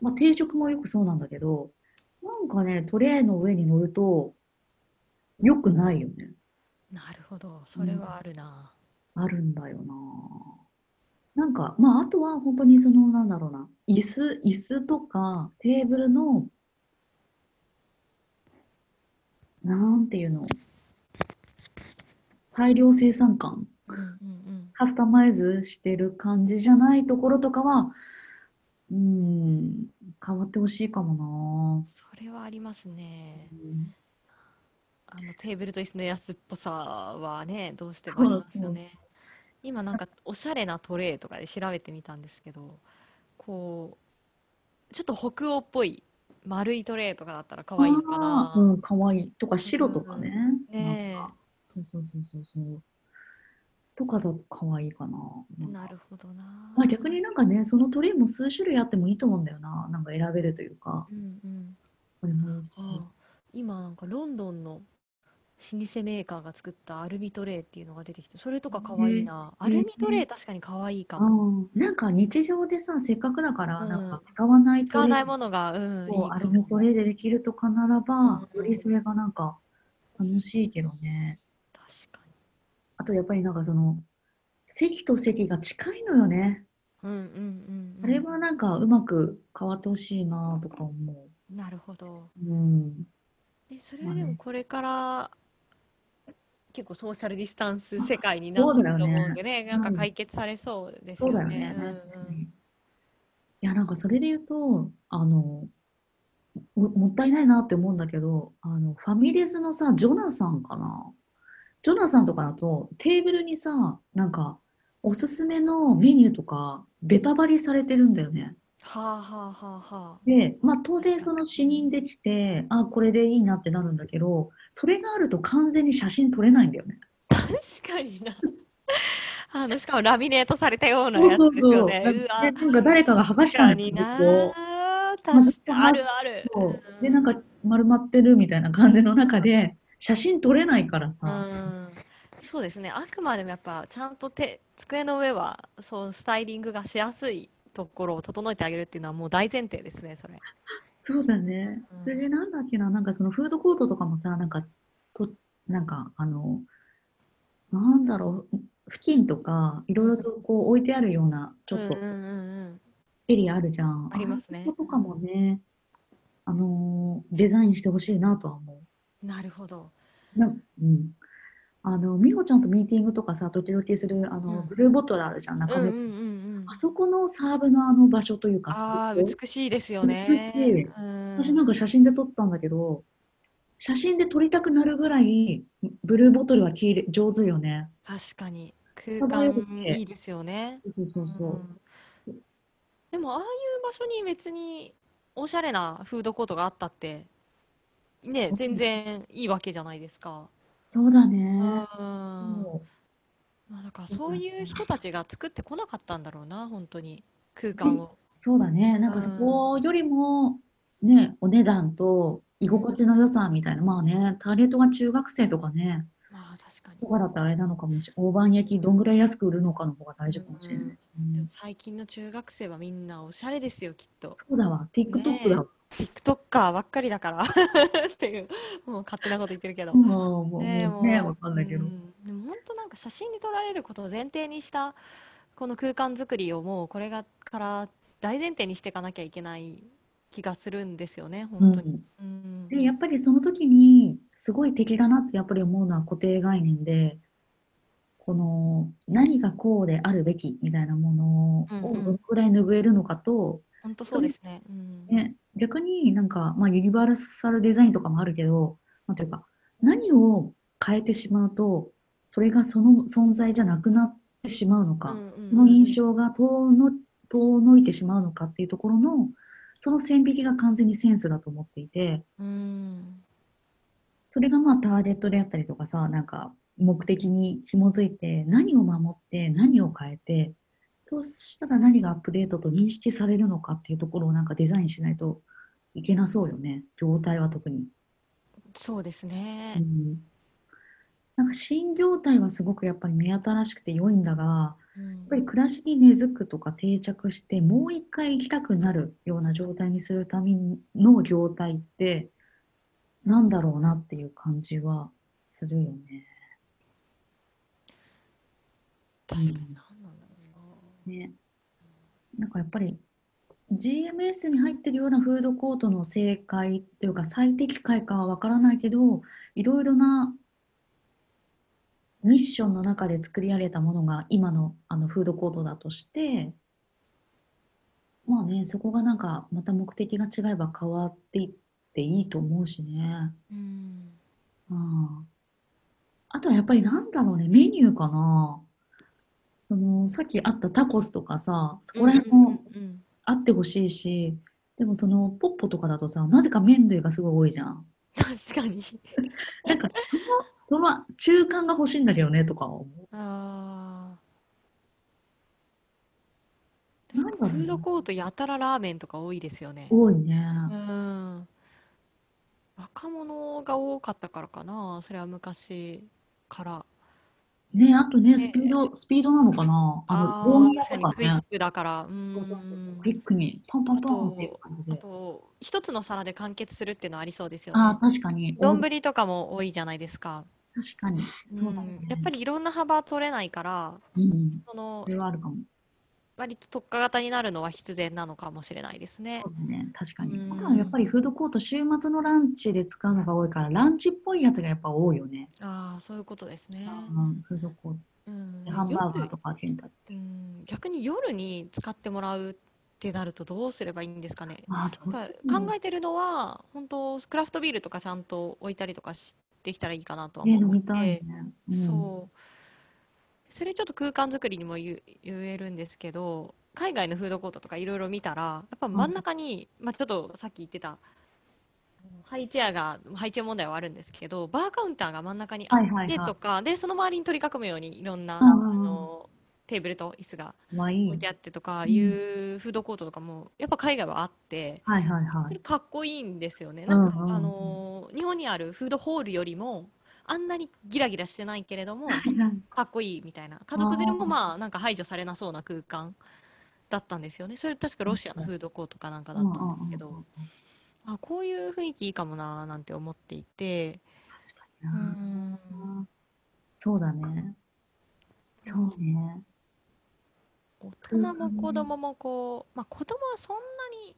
まあ定食もよくそうなんだけど、なんかね、トレーの上に乗ると、良くないよね。
なるほどそれはあるな、
あるんだよな。なんか、まあ、あとは本当にその、なんだろうな、椅子、椅子とかテーブルの、なんていうの、大量生産感、
うんうん
カスタマイズしてる感じじゃないところとかは、うん、変わってほしいか
う
も
ん、それはありますね
な。
あのテーブルと椅子の安っぽさはねどうしてもありますよね。今なんかおしゃれなトレイとかで調べてみたんですけどこうちょっと北欧っぽい丸いトレイとかだったら可愛いのかな。
あーうん、かわいい。とか白とかね。
うんねえ
なんかそうそうそうそうそう。とかだとかわいいかな。なんか
なるほどな。
まあ逆になんかね、そのトレイも数種類あってもいいと思うんだよな。なんか選べるというか。
うんうん
これもいいし
あ今なんかロンドンの老舗メーカーが作ったアルミトレイっていうのが出てきてそれとか可愛いな、
ね
アルミトレイ確かに可愛いか
あ
も、
ーなんか日常でさ、せっかくだから、
うん
なんか使わない
使
ト
わ
レイ
ないものがうんいい
をア
か
ルミト
も
レイでできるとかならば、
うん
よりそれがなんか楽しいけどね。
確か
あとやっぱりなんかその、席と席が近いのよね。
にうんうんうん、うん、
あれはなんかうまく変わってほしいなとか思
なるほど
う。うん。
でそれ
まあ
で
ね
もこれから結構ソーシャルディスタンス世界にな
そう
る
だよ
と
ね
思うんでねなんか
うん
解決されそうです
そう
よ
だよ
ね
ね。
うんうん
いや、なんかそれで言うと、あの、も、もったいないなって思うんだけど、あの、ファミレスのさ、ジョナサンかな。ジョナサンとかだと、テーブルにさ、なんか、おすすめのメニューとか、ベタバリされてるんだよね。
はあはあはあはあ
で、まあ当然その視認できて、あ、これでいいなってなるんだけど、それがあると完全に写真撮れないんだよね。
確かになあのしかもラミネートされたような
そう
やつ
そう
です
そう。
よね
なん
うわ
かねなんか誰かが剥が
確
した
か
んだ
に
よ、
な
実を。
確か
まあ
あるある
そう
うん
で、なんか丸まってるみたいな感じの中で、写真撮れないから
う
さ。
んそうですねあくまでもやっぱちゃんと手机の上はそうスタイリングがしやすいところを整えてあげるっていうのはもう大前提ですねそれ
そうだね
うん。
それでなんだっけな、なんかそのフードコートとかもさ、なんか、と、なんかあの、なんだろう、付近とか、いろいろとこう置いてあるような、ちょっと
うんうんうんうん
エリアあるじゃん。
ありますね
ああいうとことかもね、あのー、デザインしてほしいなとは思う。
なるほど
なうん。あの、美穂ちゃんとミーティングとかさ、時々する、あの、
うん
ブルーボトルあるじゃん、中
うんうん
目。
うんうん
あそこのサーブのあの場所というか、
ああ
そこ
美しいですよね
美しい
うん
私なんか写真で撮ったんだけど、写真で撮りたくなるぐらい、ブルーボトルはきれ上手よね。
確かに
ス
空
タバより
間いいですよね
そうそうそう
うんでもああいう場所に別におしゃれなフードコートがあったってね全然いいわけじゃないですか。
そうだ
うん、
ね。
ま
も
あだからそういう人たちが作ってこなかったんだろうな本当に空間を。
うそうだね。なんかそこよりも、ね、お値段と居心地の良さみたいな。まあね、ターゲットが中学生とかね、
まあ確かに
とかだったらあれなのかもしれない。大判焼きどんぐらい安く売るのかの方が大事かもしれない。
で
う
も
ん
最近の中学生はみんなおしゃれですよきっと
そうだわ、TikTok だわ。
TikToker ばっかりだからっていうもう勝手なこと言ってるけど
うんもうもう
ねえ
ね
もう
わかんないけど
う。んでも本当なんか写真に撮られることを前提にしたこの空間作りをもうこれがから大前提にしていかなきゃいけない気がするんですよね本当
う
に。
ん
うん
で、やっぱりその時に、すごい敵だなってやっぱり思うのは固定概念で、この、何がこうであるべきみたいなものを
うんうん
どのくらい拭えるのかと、
本当そうですね。うん
ね、逆になんか、まあ、ユニバーサルデザインとかもあるけど、なんていうか、何を変えてしまうと、それがその存在じゃなくなってしまうのか、
うん
その印象が遠の遠のいてしまうのかっていうところの、その線引きが完全にセンスだと思っていて、
うん
それがまあターゲットであったりとかさ、なんか目的に紐づいて、何を守って、何を変えて、そうしたら何がアップデートと認識されるのかっていうところをなんかデザインしないといけなそうよね、業態は特に。
そうです
う
ね。
ん、なんか新業態はすごくやっぱり目新しくて良いんだが、
うん
やっぱり暮らしに根付くとか定着してもう一回行きたくなるような状態にするための業態ってなんだろうなっていう感じはするよね。
確かに何なんだろ
ね。なんかやっぱり GMS に入ってるようなフードコートの正解というか最適解かはわからないけどいろいろなミッションの中で作り上げたものが今のあのフードコートだとしてまあねそこがなんかまた目的が違えば変わっていっていいと思うしね。
うな。うん
ああとはやっぱりなんだろうね、メニューかな。その、さっきあったタコスとかさ、そこら辺も
うんうん
あってほしいし、でもその、ポッポとかだとさ、なぜか麺類がすごい多いじゃん。
確かに
なんか、その、その中間が欲しいんだけどね、とか思う。
あ
な
ー
んだ
確
ろ
か
う
にフード
ね
コートやたらラーメンとか多いですよね
多いね。
うん若者が多かったからかなそれは昔から
ね、あとね、
ね
スピード、スピードなのかな。あの、
ー
大宮
確か
と
に
か
クイッ
ね、
クだからう
そうそうそ
ん
うクイックに、パンパンパンっていう感じ
あ
で。
と一つの皿で完結するっていうのはありそうですよ
ああ、
ね
確かに、大
丼とかも多いじゃないですか
確かに。そうだね
ん。やっぱりいろんな幅取れないから
うん、
その
それはあるかも。
割と特化型になるのは必然なのかもしれないですね
そう。だね、確か
う
に。
ん
あとはやっぱりフードコート、週末のランチで使うのが多いから、ランチっぽいやつがやっぱ多いよね。
ああ、そういうことですね。
うん、フードコート
うん
で、ハンバーガー
夜
とかケンタッキー
うん、逆に夜に使ってもらうってなるとどうすればいいんですかね。
ああ、ど
なんか
うするの
考えてるのは、本当クラフトビールとかちゃんと置いたりとかしてきたらいいかなとは
ね、
思
飲
う
みたいね。うん
そう。それちょっと空間作りにも言う言えるんですけど、海外のフードコートとかいろいろ見たら、やっぱ真ん中に、まあちょっとさっき言ってた、あのハイチェアが、ハイチェア問題はあるんですけど、バーカウンターが真ん中にあ
は
っ
いはい
て
は
とか、で、その周りに取り囲むようにいろんな、あ
うんうんうん
の、テーブルと椅子が
い。まあいい。
置いてあってとかいうフードコートとかも、やっぱ海外はあって、
はいはいは
そ れ
い。
かっこいいんですよね。
う
なん
うんん
か、あのー日本にあるフードホールよりも、あんなにギラギラしてないけれども、
はいはい
かっこいいみたいな。家族連れもまあ、なんか排除されなそうな空間だったんですよね。それ確かロシアのフードコートかなんかだったんですけ
うんうんうんう
ど
ん、
あ、こういう雰囲気いいかもなーなんて思っていて、
確か
う
に
ー
な。
ん、
そうだね。そうね。
大人も子供もこう、まあ子供はそんなに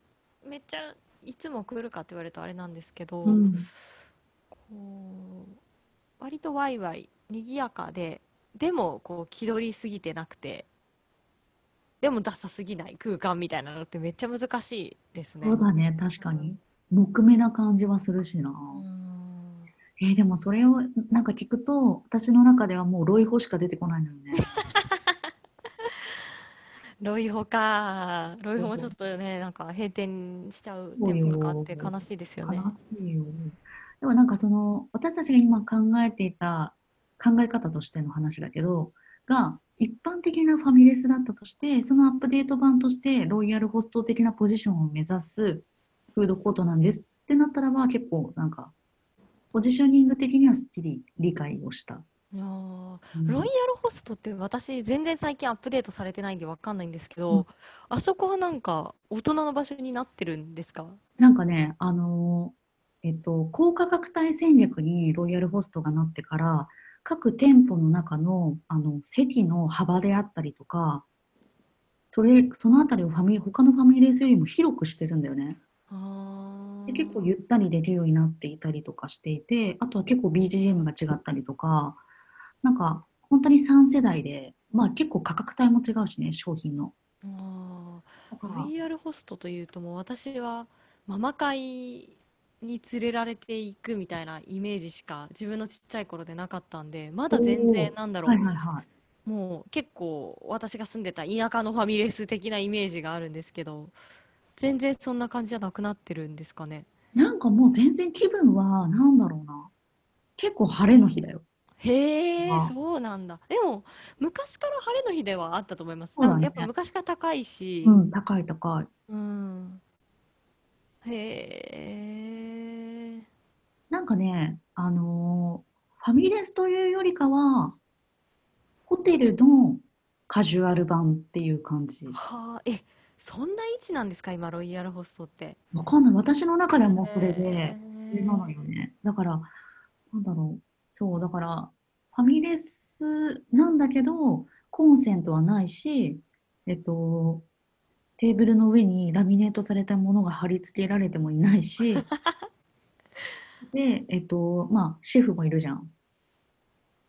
めっちゃいつも来るかって言われるとあれなんですけど、
うん。
こう割とワイワイ賑やかででもこう気取りすぎてなくてでもダサすぎない空間みたいなのってめっちゃ難しいですね。
そうだね、確かに。木目な感じはするしな。
うん
えーでもそれをなんか聞くと、私の中ではもうロイホしか出てこないのよね。
ロイホかロイホもちょっとねなんか閉店しちゃう店舗とかあって悲しいですよね。
悲しいよ。でもなんかその私たちが今考えていた考え方としての話だけどが一般的なファミレスだったとしてそのアップデート版としてロイヤルホスト的なポジションを目指すフードコートなんですってなったらば結構なんかポジショニング的にはすっきり理解をした。
いやー
うん
ロイヤルホストって私全然最近アップデートされてないんでわかんないんですけど、
うん
あそこはなんか大人の場所になってるんですか
なんかね、あのーえっと、高価格帯戦略にロイヤルホストがなってから、各店舗の中の、あの席の幅であったりとか、それ、そのあたりをファミ、他のファミレスよりも広くしてるんだよね。
あ
で
ー
結構ゆったりできるようになっていたりとかしていて、あとは結構 BGM が違ったりとか、なんか本当に3世代で、まあ結構価格帯も違うしね、商品の。
あ
だか
あ、
ら
ロイヤルホストというともう私はママ会に連れられていくみたいなイメージしか自分のちっちゃい頃でなかったんでまだ全
お
然
ー
なんだろ
は
う
いはいはい。
もう結構私が住んでた田舎のファミレス的なイメージがあるんですけど全然そんな感じじゃなくなってるんですかね
なんかもう全然気分は、なんだろうな。結構晴れの日だよ。
へえ
あ
そうなんだでも昔から晴れの日ではあったと思います
そうだ
なん
ね
かやっぱ昔から高いし
うん、高い高い。
うんへえ
なんかね、あのーファミレスというよりかは、ホテルのカジュアル版っていう感じ。
はあ、え、そんな位置なんですか、今、ロイヤルホストって。
わかんない。私の中ではもうこれで、それ
え
なのよね。だから、なんだろう。そう、だから、ファミレスなんだけど、コンセントはないし、えっと、テーブルの上にラミネートされたものが貼り付けられてもいない し、で、えっと、まあ、シェフもいるじゃん。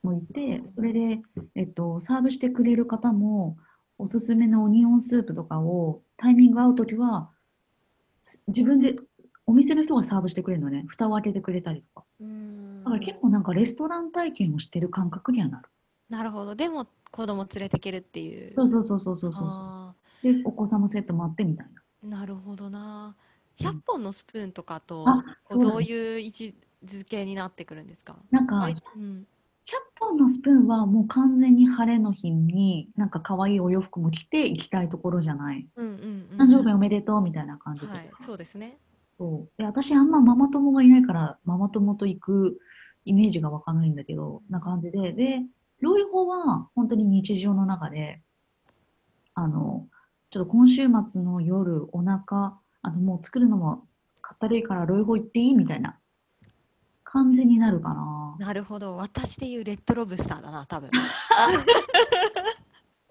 もいて、それで、えっと、サーブしてくれる方も、おすすめのオニオンスープとかを、タイミング合うときは、す自分でお店の人がサーブしてくれるのね蓋を開けてくれたりとか
うん
だから結構なんかレストラン体験をしてる感覚にはなる
なるほどでも子供連れてけるっていう
そうそうそうそうそうそう
あ
でお子様セットもあってみたいな
ーなるほどな100本のスプーンとかと
あ
こ
そううだね
どういう位置づけになってくるんですか
なんか
割うん、
100本のスプーンはもう完全に晴れの日になんか可愛いお洋服も着て行きたいところじゃない
うんうんうん
誕生日おめでとうみたいな感じで,、
はいそうですね
そうで私あんまママ友がいないからママ友と行くイメージが湧かないんだけどな感じででロイホは本当に日常の中であのちょっと今週末の夜お腹あのもう作るのもかったるいからロイホ行っていいみたいな感じになるかな。
なるほど私でいうレッドロブスターだな多分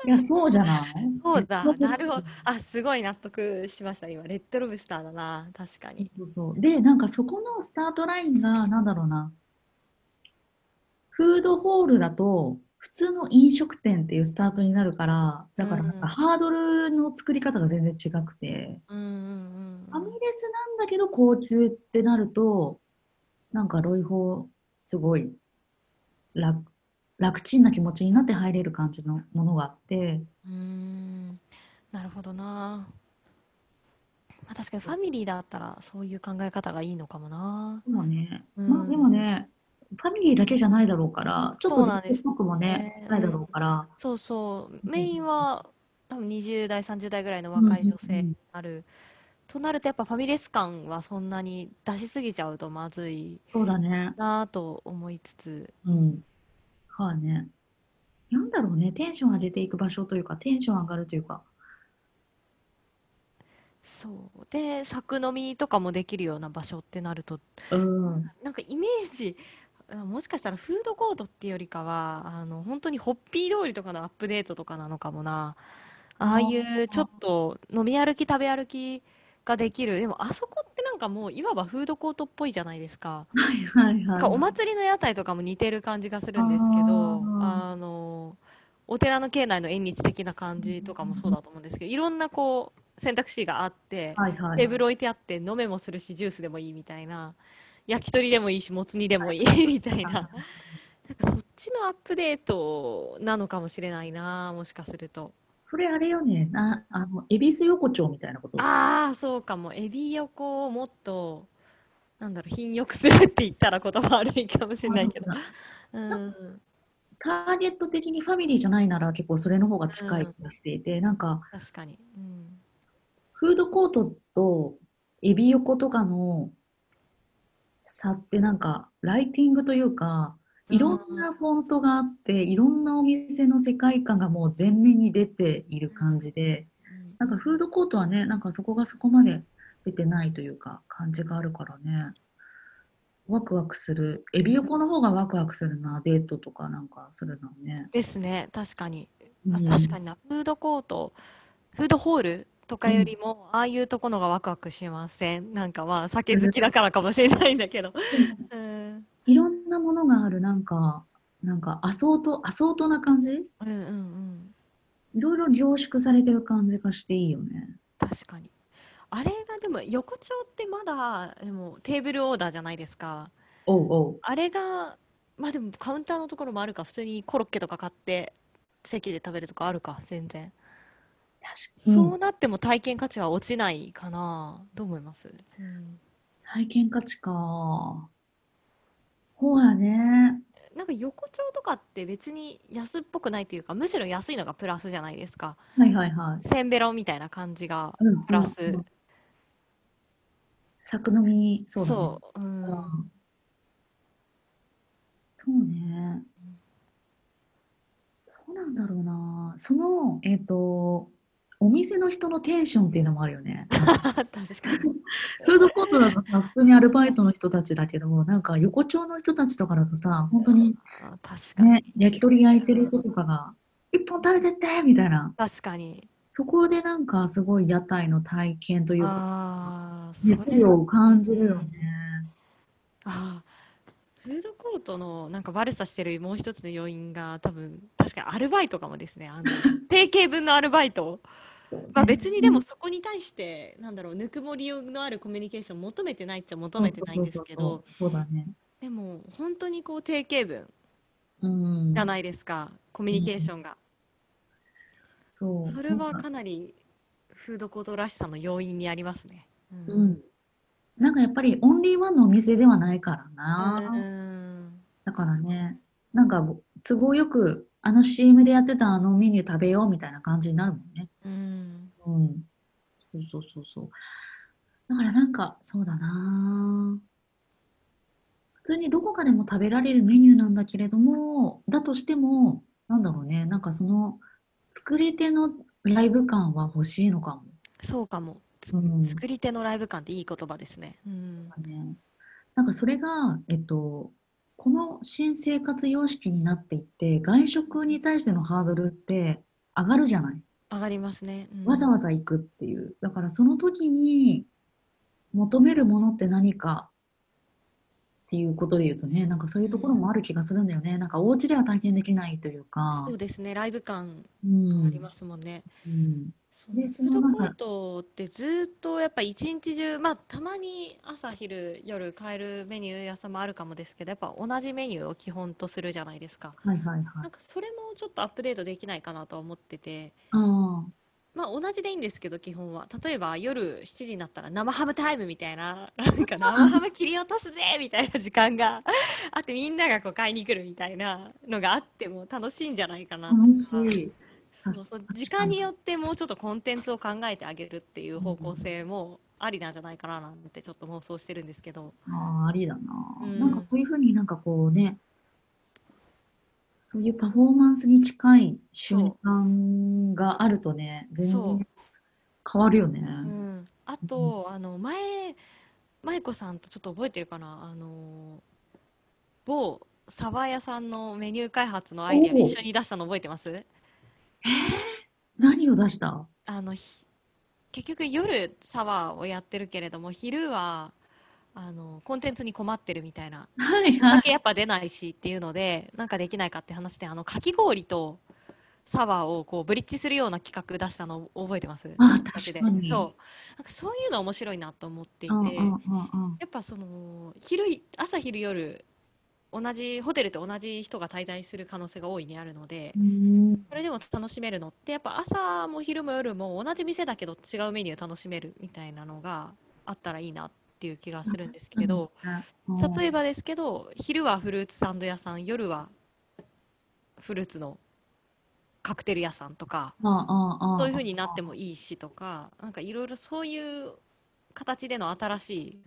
いや、そうじゃない
そうだ
レッドロブスター
なるほど あすごい納得しました今レッドロブスターだな確かに
そうそう。で、なんかそこのスタートラインが、なんだろうな、フードホールだと、普通の飲食店っていうスタートになるから、だからなん
うん
かハードルの作り方が全然違くて、
うんうん
フ
う
ァミ
ん
レスなんだけど高級ってなると、なんかロイホすごい楽、楽ちんな気持ちになって入れる感じのものがあって、
うんうんなるほどな、まあ、確かにファミリーだったらそういう考え方がいいのかもな
でもね、
うん
まあでもね、ファミリーだけじゃないだろうから、ちょっ
そ
と
うなんですよね
僕もね、ないだろうから、
そうそうメインは多分20代30代ぐらいの若い女性になる、となるとやっぱファミレス感はそんなに出しすぎちゃうとまずい
そうだね。
なぁと思いつつ
うん。はいね。なんだろうね、テンション上げていく場所というか、テンション上がるというか、
そうで作飲みとかもできるような場所ってなると
うん。
なんかイメージあもしかしたらフードコートっていうよりかはあの本当にホッピー通りとかのアップデートとかなのかもなああいうちょっと飲み歩き食べ歩きができるでもあそこってなんかもういわばフードコートっぽいじゃないですか
はいはい
なん
はい。
かお祭りの屋台とかも似てる感じがするんですけど
あ
あのお寺の境内の縁日的な感じとかもそうだと思うんですけどいろんなこう選択肢があって
はいはい。
テーブル置いてあって飲めもするしジュースでもいいみたいな焼き鳥でもいいしもつ煮でもいい みたいななんかそっちのアップデートなのかもしれないなもしかすると
それあれよね、な、あの、恵比寿横丁みたいなこと。
ああそうかもエビ横をもっとなんだろう品よくするって言ったら言葉悪いかもしれないけどうん
ターゲット的にファミリーじゃないなら結構それの方が近い気がしていて、なんか、
確かに、うん、
フードコートとエビ横とかの差ってなんかライティングというかいろんなフォントがあっていろんなお店の世界観がもう前面に出ている感じで
うん
なんかフードコートはねなんかそこがそこまで出てないというか感じがあるからねワクワクするエビ横の方がワクワクするなデートとかなんかするのね、
ですね確かに
う
あ
ん
確かにな、フードコート、フードホールとかよりも、ああいうとこのがワクワクしません。なんかまあ、酒好きだからかもしれないんだけど。うん、
いろんなものがあるなんかなんかアソートアソートな感じ
うん、うん、うん、
いろいろ凝縮されてる感じがしていいよね。
確かに。あれがでも、横丁ってまだ、でもテーブルオーダーじゃないですか。
おうおう。
あれが、まあでもカウンターのところもあるか、普通にコロッケとか買って、席で食べるとかあるか、全然。
うん
そうなっても体験価値は落ちないかな。どう思います、うん
体験価値か。ほうやね。
なんか横丁とかって別に安っぽくないというかむしろ安いのがプラスじゃないですか
はいはいはい。
せんべろみたいな感じが
うん
プラス、
うんうん作飲み、そうだね。
そううん
うんそうね。どうなんだろうな。その、えっ、と、お店の人のテンションっていうのもある よね。
確かに
フードコートだとさ、普通にアルバイトの人たちだけど、なんか横丁の人たちとかだとさ、本当に
あ確かに、
ね、焼き鳥焼いてる人とかが、一本食べてってみたいな。
確かに
そこでなんかすごい屋台の体験というか、
ああそ
熱
れ
量を感じるよね。
あーフードコートのなんか悪さしてるもう 一つの要因が多分確かにアルバイトかもですねあの定型分のアルバイトまあ、別にでもそこに対して、なんだろうぬくもりのあるコミュニケーション求めてないっちゃ求めてないんですけど
そうそうそうそうそうだね
でも本当にこう定型文
うん
じゃないですか、コミュニケーションが、
そう
それはかなりフードコートらしさの要因にありますね。う
うんんなんかやっぱりオンリーワンのお店ではないからな、
うん
だからねなんか都合よくあの CM でやってたあのメニュー食べようみたいな感じになるもんね
うん
うん。そうそうそうそう。だからなんか、そうだなぁ普通にどこかでも食べられるメニューなんだけれども、だとしても、なんだろうね、なんかその、作り手のライブ感は欲しいのかも。
そうかも、つ
うん
作り手のライブ感っていい言葉ですね。うん
ねなんかそれが、えっと、この新生活様式になっていって、外食に対してのハードルって上がるじゃない
上がりますね。うん
わざわざ行くっていう。だからその時に求めるものって何かっていうことで言うとね、なんかそういうところもある気がするんだよね。なんかお家では体験できないというか。
そうですねライブ感
うん
ありますもんね。
うん
そうね
でそ
フー
の
ド
中
コートってずっとやっぱ一日中、まあ、たまに朝昼夜変えるメニュー屋さんもあるかもですけどやっぱ同じメニューを基本とするじゃないですか。
はいはいはい。
なんかそれもちょっとアップデートできないかなとは思ってて、
あ
まあ、同じでいいんですけど基本は例えば夜7時になったら生ハムタイムみたいななんか生ハム切り落とすぜみたいな時間が あってみんながこう買いに来るみたいなのがあっても楽しいんじゃないかな
あ、
とか
楽しい。
そう
確
そう
かに
時間によってもうちょっとコンテンツを考えてあげるっていう方向性もありなんじゃないかななんてちょっと妄想してるんですけど、
ああ、ありだな。
うん
なんかそういうふうになんかこうね、そういうパフォーマンスに近い瞬間があるとね、全
そう
然変わるよね。
うん、あとあの前舞子さんとちょっと覚えてるかなあの某サバ屋さんのメニュー開発のアイディアを一緒に出したの覚えてます
何を出した
あのひ結局夜サワーをやってるけれども昼はあのコンテンツに困ってるみたいな
はい
お
はい。
酒やっぱ出ないしっていうのでなんかできないかって話であのかき氷とサワーをこうブリッジするような企画出したの覚えてます
あ
私で
確かに
そうなんかそういうの面白いなと思っていて
うんうんうんう
や
ん
っぱその昼い朝昼夜同じホテルと同じ人が滞在する可能性が大いにあるので
うん
それでも楽しめるのってやっぱ朝も昼も夜も同じ店だけど違うメニュー楽しめるみたいなのがあったらいいなっていう気がするんですけど。
うん
例えばですけど昼はフルーツサンド屋さん夜はフルーツのカクテル屋さんとか
あああ
そういう風になってもいいしとかなんかいろいろそういう形での新しい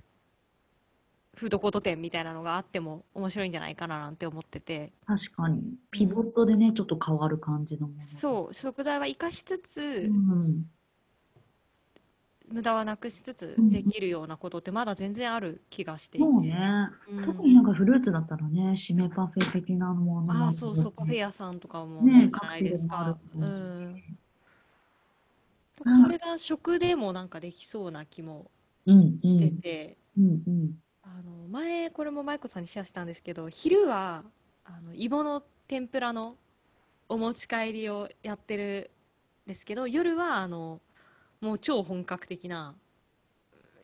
フードコート店みたいなのがあっても面白いんじゃないかななんて思ってて
確かにピボットでねちょっと変わる感じのもの
そう食材は生かしつつ
うん
無駄はなくしつつ
うん
できるようなことってまだ全然ある気がしていて
そうね
うん
特になんかフルーツだったらね締めパフェ的なものも
あ
あ
あ
る
そうそうパフェ
し
屋さんとかも
ね
あるじゃないですか。
カクテルもあるし
うん
うん
それが食でもなんかできそうな気も
うんう
して
ん
て、
うんうん
あの前これも舞子さんにシェアしたんですけど昼はあの芋の天ぷらのお持ち帰りをやってるんですけど夜はあのもう超本格的な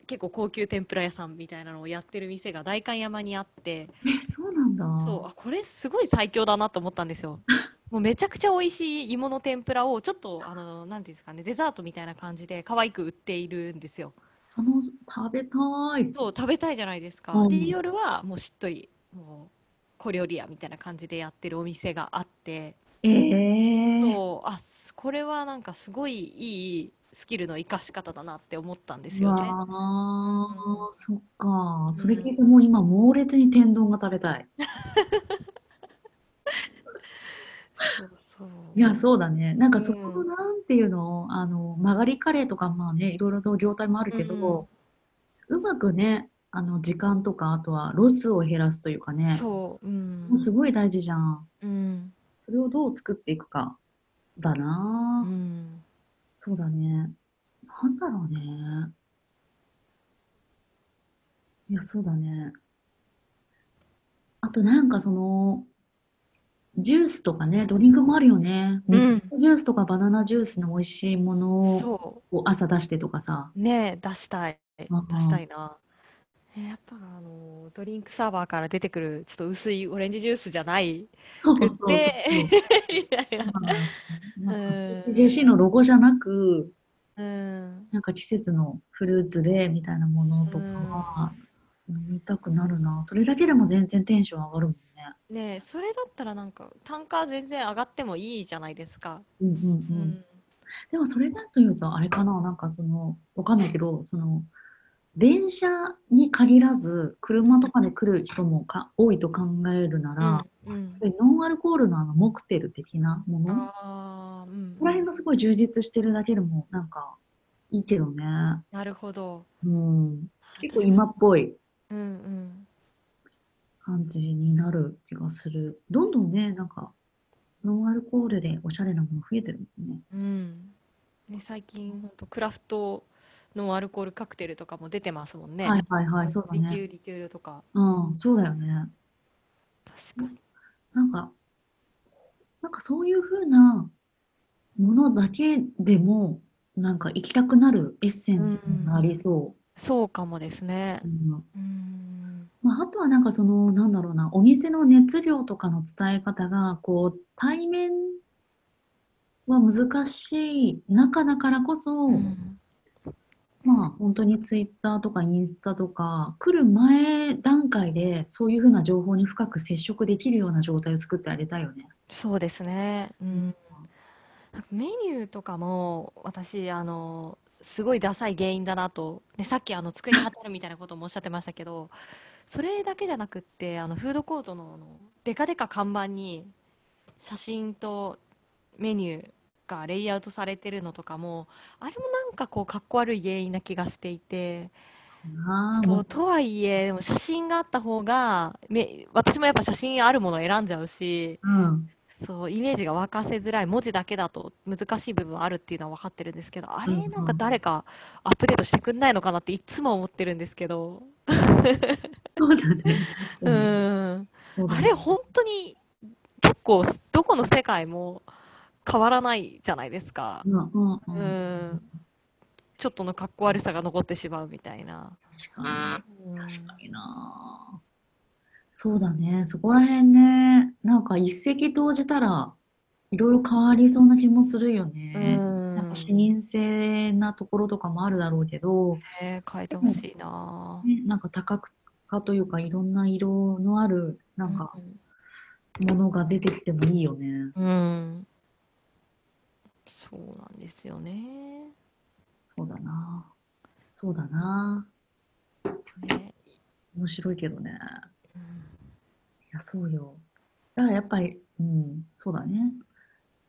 結構高級天ぷら屋さんみたいなのをやってる店が代官山にあって。
えそうなんだ
そうあこれすごい最強だなと思ったんですよ。もうめちゃくちゃ美味しい芋の天ぷらをちょっとあのなんていうんですかねデザートみたいな感じで可愛く売っているんですよ。
楽し食べたい
そう食べたいじゃないですか。
うん
で夜はもうしっとりもう小料理屋みたいな感じでやってるお店があって、
ええ
そうあすこれはなんかすごいいいスキルの生かし方だなって思ったんです
う
よ
わ
ね。
あそっかそれ聞いてもう今猛烈に天丼が食べたい
そうそう。
いや、そうだね。なんかそこ
う
の
ん
なんていうの、あの、曲がりカレーとか、まあね、いろいろと業態もあるけど、うまくね、あの、時間とか、あとはロスを減らすというかね、
そううん
もうすごい大事じゃん。
うん
それをどう作っていくか、だ
う
なぁ。
ん
そうだね。なんだろうね。いや、そうだね。あとなんかその、ジュースとかね、ドリンクもあるよね。
う
ミ
ん
ックスジュースとかバナナジュースの美味しいもの
そ
を朝出してとかさ。
うねえ出したい出
うん
したいな、えやっぱあのドリンクサーバーから出てくるちょっと薄いオレンジジュースじゃない
そう
く
そう
っ
そう
て みたいな
うんなんか
うん
JC のロゴじゃなく、
うん
なんか季節のフルーツでみたいなものとかは飲みたくなるな。それだけでも全然テンション上がるもんね。
ねえそれだったらなんか単価全然上がってもいいじゃないですか。
うんうん
う
うん。
ん
でもそれだと言うとあれかな、なんかその、わかんないけど、その、電車に限らず、車とかで来る人もか多いと考えるなら、やっ
うんうん
ぱりノンアルコールのあのモクテル的なもの、こ
あーうん
こら辺がすごい充実してるだけでも、なんかいいけどね。
なるほど。
うん、結
確
構
かに
今っぽい
うんうん
感じになる気がする。どんどんね、なんか、ノンアルコールでおしゃれなもの増えてるもんね。
うんね、最近ほんとクラフトのアルコールカクテルとかも出てますもんね。
はいはいはい、そうだ
リキ
ね。
ュールリキュールとか。
うん、そうだよね。
確かに。
なんか、なんかそういう風なものだけでも、なんか行きたくなるエッセンスがありそ
そうかもですね
う。。うん
うん
まあ、あとはなんかその、なんだろうな、お店の熱量とかの伝え方が、こう、対面は難しい中だからこそ、
うん
まあ本当にツイッターとかインスタとか来る前段階でそういうふうな情報に深く接触できるような状態を作ってあげたいよね。
そうですね。うんなんかメニューとかも私あのすごいダサい原因だなと、ね、さっきあの机に貼ってあるみたいなこともおっしゃってましたけどそれだけじゃなくってあのフードコートのあのデカデカ看板に写真とメニューがレイアウトされてるのとかもあれもなんかこうかっこ悪い原因な気がしていて
ああ、
ととはいえでも写真があった方がめ私もやっぱ写真あるものを選んじゃうし。
うん。
そう、イメージが沸かせづらい、文字だけだと難しい部分あるっていうのは分かってるんですけど、あれ、
うんうん
なんか誰かアップデートしてくんないのかなっていつも思ってるんですけど、
そうだね。
う
うん
ーん、
そうだ
あ
ね
れ、本当に結構、どこの世界も変わらないじゃないですか。
うんうんうん
うーん、ちょっとのかっこ悪さが残ってしまうみたいな。
確かに。確かにな。そうだね。そこら辺ね、なんか一石投じたらいろいろ変わりそうな気もするよ
う
ね。なん
ん
か、視認性なところとかもあるだろうけど、
ね変えてほしいな。
ね、なんか多角化というかいろんな色のあるなんかものが出てきてもいいよね。
うん、うんそうなんですよね。
そうだな。そうだな。
ね、
面白いけどね。
うん
いや、そうよ。だからやっぱり、うん、そうだね。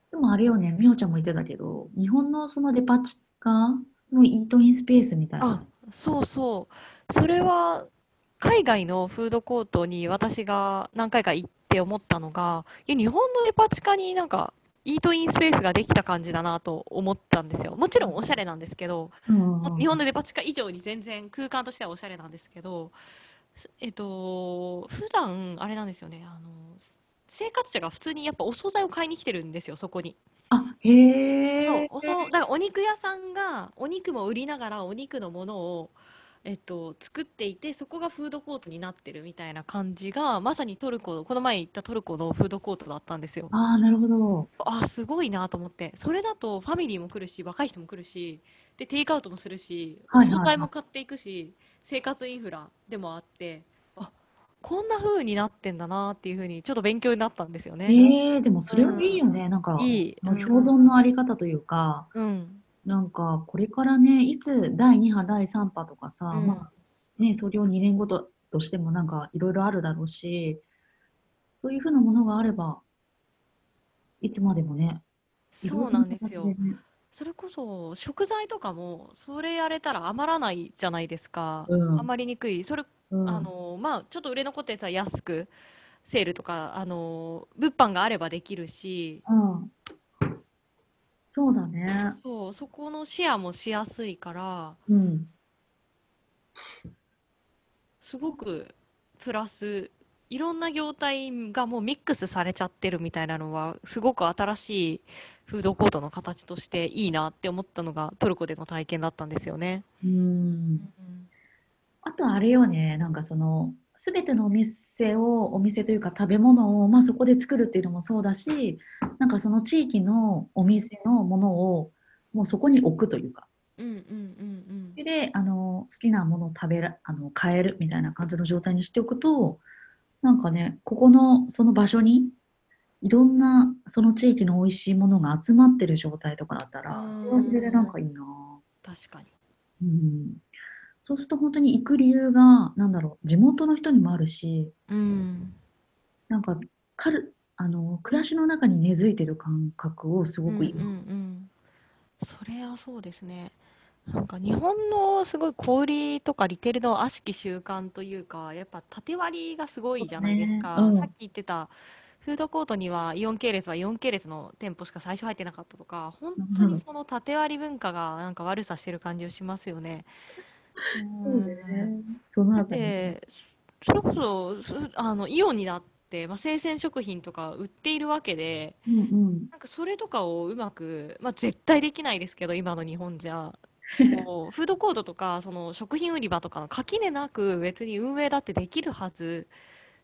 でもあれよね、みおちゃんも言ってたけど、日本のそのデパ地下のイートインスペースみたい
あ
な。、
そうそう。それは海外のフードコートに私が何回か行って思ったのが、いや、日本のデパ地下になんかイートインスペースができた感じだなと思ったんですよ。もちろんおしゃれなんですけど、
うん
も日本のデパ地下以上に全然空間としてはおしゃれなんですけど、すえっと、普段あれなんですよね、あの、生活者が普通にやっぱお惣菜を買いに来てるんですよ、そこに。
あ、へ
そう
え。、
おそう、だからお肉屋さんがお肉も売りながらお肉のものを、えっと、作っていて、そこがフードコートになってるみたいな感じが、まさにトルコ、この前行ったトルコのフードコートだったんですよ。
ああ、なるほど。
あ、すごいなと思って。それだとファミリーも来るし、若い人も来るし、で、テイクアウトもするし、
はいはい
お
はい
惣菜も買っていくし、生活インフラでもあって、あ、こんな風になってんだなっていう風に、ちょっと勉強になったんですよね。
ええ、でもそれはいいよね。なんか、
いい。
共
うん
存のあり方というか、
うん。
なんかこれからね、いつ第2波、第3波とかさ、
うん
まあね、それを2年後と、としてもなんかいろいろあるだろうし、そういうふうなものがあれば、いつまでもね、いろ
そ
いうろ
なんですよ
形。ね
それこそ食材とかもそれやれたら余らないじゃないですか。
うん
余りにくい。それ、
うん、
あの、まあ、ちょっと売れ残ったやつは安くセールとか、あの、物販があればできるし、
うん。そうだね。
そう、そこのシェアもしやすいから、
うん。
すごくプラスいろんな業態がもうミックスされちゃってるみたいなのはすごく新しいフードコートの形としていいなって思ったのがトルコでの体験だったんですよね。
うんあとあれよね、なんかその、すべてのお店を、お店というか食べ物を、まあそこで作るっていうのもそうだし、なんかその地域のお店のものを、もうそこに置くというか、
うんうんうんうん、
で、あの、好きなものを食べら、あの、買えるみたいな感じの状態にしておくと、なんかね、ここの、その場所に、いろんな、その地域の美味しいものが集まってる状態とかだったら、
うん
それでなんかいいなぁ。
確かに。
うんそうすると本当に行く理由が、なんだろう、地元の人にもあるし、
うん、
なんかカル、あの、暮らしの中に根付いてる感覚をすごくいい。
うんうんうん、それはそうですねなんか日本のすごい小売りとかリテールの悪しき習慣というかやっぱ縦割りがすごいじゃないですか、
そうねうん
さっき言ってたフードコートにはイオン系列はイオン系列の店舗しか最初入ってなかったとか本当にその縦割り文化がなんか悪さしてる感じをしますよね。うん
その
だ
あ
った
り。
てそれこそすあのイオンになって、まあ、生鮮食品とか売っているわけで。
うんうん。
なんかそれとかをうまく、まあ、絶対できないですけど今の日本じ ゃこうフードコートとかその食品売り場とかの垣根なく別に運営だってできるはず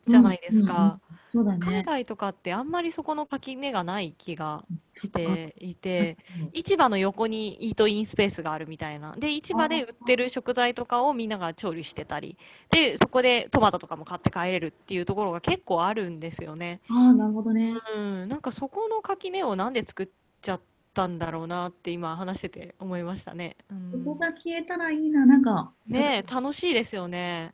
じゃないですか、
そうだ
海
ね。
外とかってあんまりそこの垣根がない気が
そ
し
っか
ていて市場の横にイートインスペースがあるみたいなで市場で売ってる食材とかをみんなが調理してたりでそこでトマトとかも買って帰れるっていうところが結構あるんですよね。
ああ、なるほどね。
うん、なんかそこの垣根をなんで作っちゃったんだろうなって今話してて思いましたね。うん
ここが消えたらいいな、なんか、
ねえ、楽しいですよね。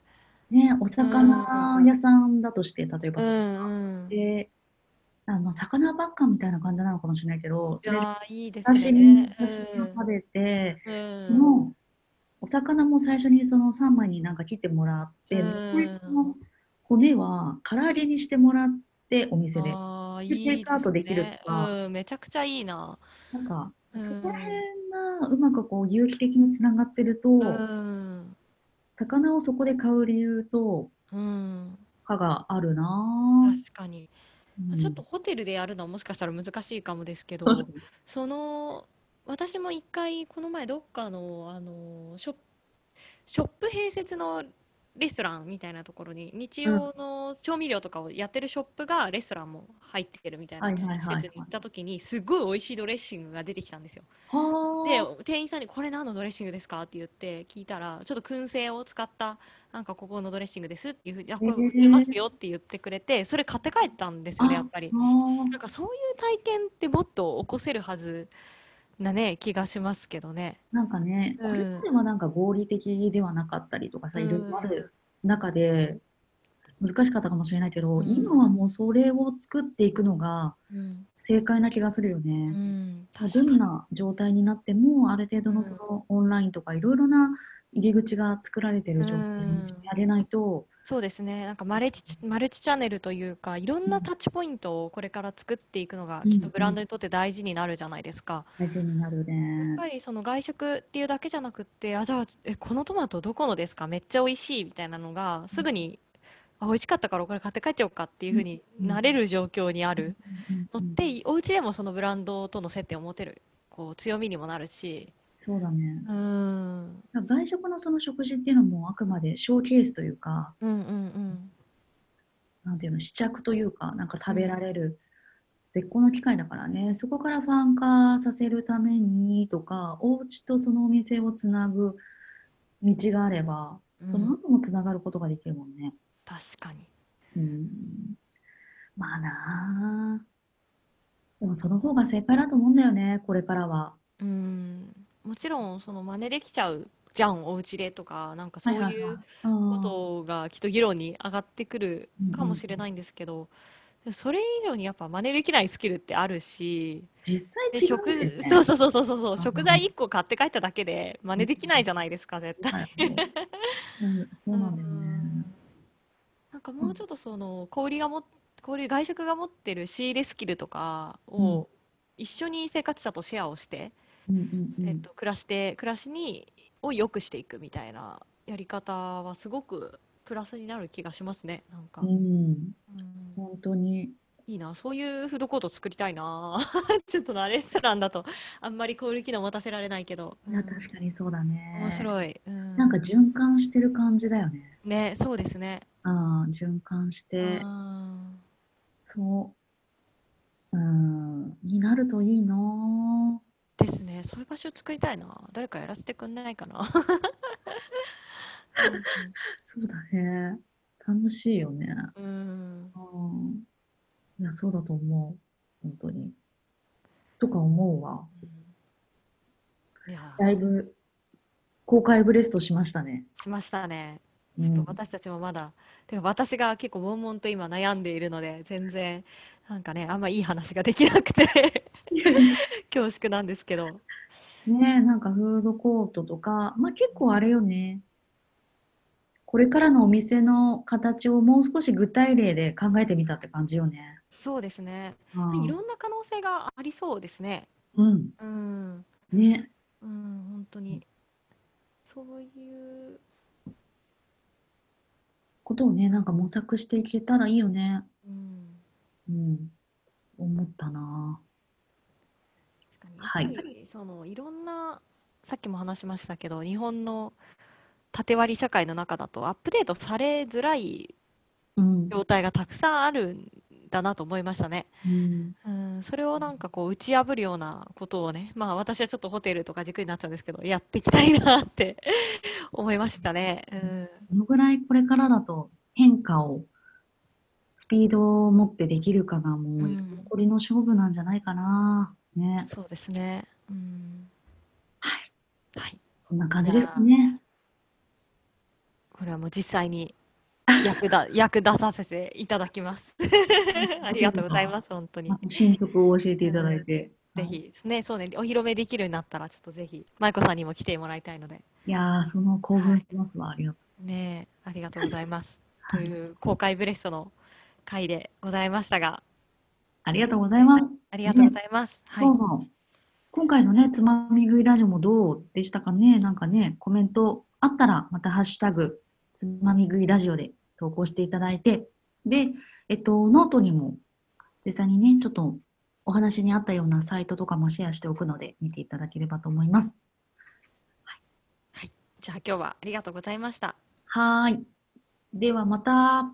ね、お魚屋さんだとして、例えば
う
それ
んうん。い
で、あまあ、魚ばっかみたいな感じなのかもしれないけど、それで
やー、いいです
刺身、
ね。
刺身を食べて、
うん
そのお魚も最初にその3枚になんか切ってもらって、
うん
残りの骨は唐揚げにしてもらってお
う
店
ん。
で
ああ、い
で
い
テイクアウトでき
で
る
すね
とか
うん、めちゃくちゃいいな。
なんか
うん
そこら辺がうまくこう有機的につながってると、
うん。
魚をそこで買う理由と
うん。
かがあるなぁ、
確かに。
うん
ちょっとホテルでやるのはもしかしたら難しいかもですけど、その私も一回この前どっかの、あのショップショップ併設のレストランみたいなところに日用の調味料とかをやってるショップがレストランも入ってるみたいな
はい
施
はいはいはい
設に行った時にすごい美味しいドレッシングが出てきたんですよ。
は
で
ぁ
店員さんに「これ何のドレッシングですか?」って言って聞いたらちょっと燻製を使ったなんかここのドレッシングですっていうふうに「あこれ売ってますよ」って言ってくれてそれ買って帰ったんですよねやっぱり。
は
なんかそういう体験ってもっと起こせるはずなね気がしますけどね。
なんかね、
うん
これまではなんか合理的ではなかったりとかさ、
うん
いろいろある中で難しかったかもしれないけど、
うん
今はもうそれを作っていくのが
うん、
正解な気がするよ
う
ね。
ん、
ど
確か
ん
に。
な状態になっても、ある程度
う
の
ん
そのオンラインとかいろいろな入り口が作られてる状態
うん
にしてあげないと、
そうですね。なんかマルチマルチチャンネルというか、いろんなタッチポイントをこれから作っていくのが
うん
きっとブランドにとって大事になるじゃないですか。
相手になる
や
ね
っ。ぱりその外食っていうだけじゃなくって、あ、じゃあ、え、このトマトどこのですかめっちゃ美味しいみたいなのがすぐに、あ、美味しかったからこれ買って帰っちゃおうかっていうふうになれる状況にある。
うん
のって、お家でもそのブランドとの接点を持てるこう強みにもなるし、
そうだね。
うん、うん
外食のその食事っていうのもあくまでショーケースというか、
うんうん
なんていうの試着というかなんか食べられる絶好の機会だからねそこからファン化させるためにとかお家とそのお店をつなぐ道があれば
うん
その後もつながることができるもんね。
確かに
うんまあなあでもその方が正解だと思うんだよねこれからは。
うんもちろんその真似できちゃうじゃんお家でとかなんかそう
はいはい
い
はいう
ことがきっと議論に上がってくるかもしれないんですけど、それ以上にやっぱ真似できないスキルってあるし、
実
で
際違
食
うんです
そ
よ
う
ね。
そうそうそうそう
うん
食材1個買って帰っただけで真似できないじゃないですか絶対。
はいうん、そうなんだよね。
なんかもうちょっとその小売りがも小売り外食が持ってる仕入れスキルとかを一緒に生活者とシェアをして、
うんうんうん
えっと、暮らして暮らしにを良くしていくみたいなやり方はすごくプラスになる気がしますねなんか、
うん、
うん
本当に
いいなそういうフードコート作りたいな ちょっとなレストランだとあんまりこういう機能持たせられないけど、
いや
うん
確かにそうだね
面
い
白い、うん、
なんか循環してる感じだよね
ねそうですね、
ああ循環して
うん
そううんになるといいなぁ
ですねそういう場所作りたいな誰かやらせてくんないかな
そうだね楽しいよね
うんうん
うんいやそうだと思う本当にとか思うわ
いや
だいぶ公開ブレストしましたね
しましたね
う
ち
ん
ょっと私たちもまだ、てか私が結構悶々と今悩んでいるので全然なんかねあんまいい話ができなく て恐縮なんですけど
ねえ、なんかフードコートとか、まあ結構あれよね。これからのお店の形をもう少し具体例で考えてみたって感じよね。
そうですね
うん
いろんな可能性がありそうですね
うん、
うん
ね。
うん本当にそういう
ことをね、なんか模索していけたらいいよね。
うん
うん、思ったな。
確
は
か
い
にやっぱりそのいろんなさっきも話しましたけど日本の縦割り社会の中だとアップデートされづらい
うん、
状態がたくさんあるんだなと思いましたね。
うん、
うん、それをなんかこう打ち破るようなことをね、まあ私はちょっとホテルとか軸になっちゃうんですけど、やっていきたいなって 思いましたね。うん、
どのぐらいこれからだと変化を、スピードを持ってできるかがもう
うん
残りの勝負なんじゃないかな。ね。
そうですね。うん、
はい。
はい。
そんな感じですかね。
これはもう実際に役 だ役立たせていただきます。ありがとうございます、本当に。
あ進捗を教えていただいて。
ぜひですね、そうね、お披露目できるようになったら、ちょっとぜひ、舞子さんにも来てもらいたいので、
いやー、その興奮しますわ。ありがと
ねえ、ありがとうございます。
は
と
い
いう公開ブレストの回でございましたが、
う。ありがとうございます。
ありがとうございます。はい
どう。も今回のね、つまみ食いラジオもどうでしたかねなんかね、コメントあったら、またハッシュタグ、つまみ食いラジオで投稿していただいて、で、えっと、ノートにも、実際にね、ちょっとお話にあったようなサイトとかもシェアしておくので、見ていただければと思います。
じゃあ今日はありがとうございました。
はーい。ではまた。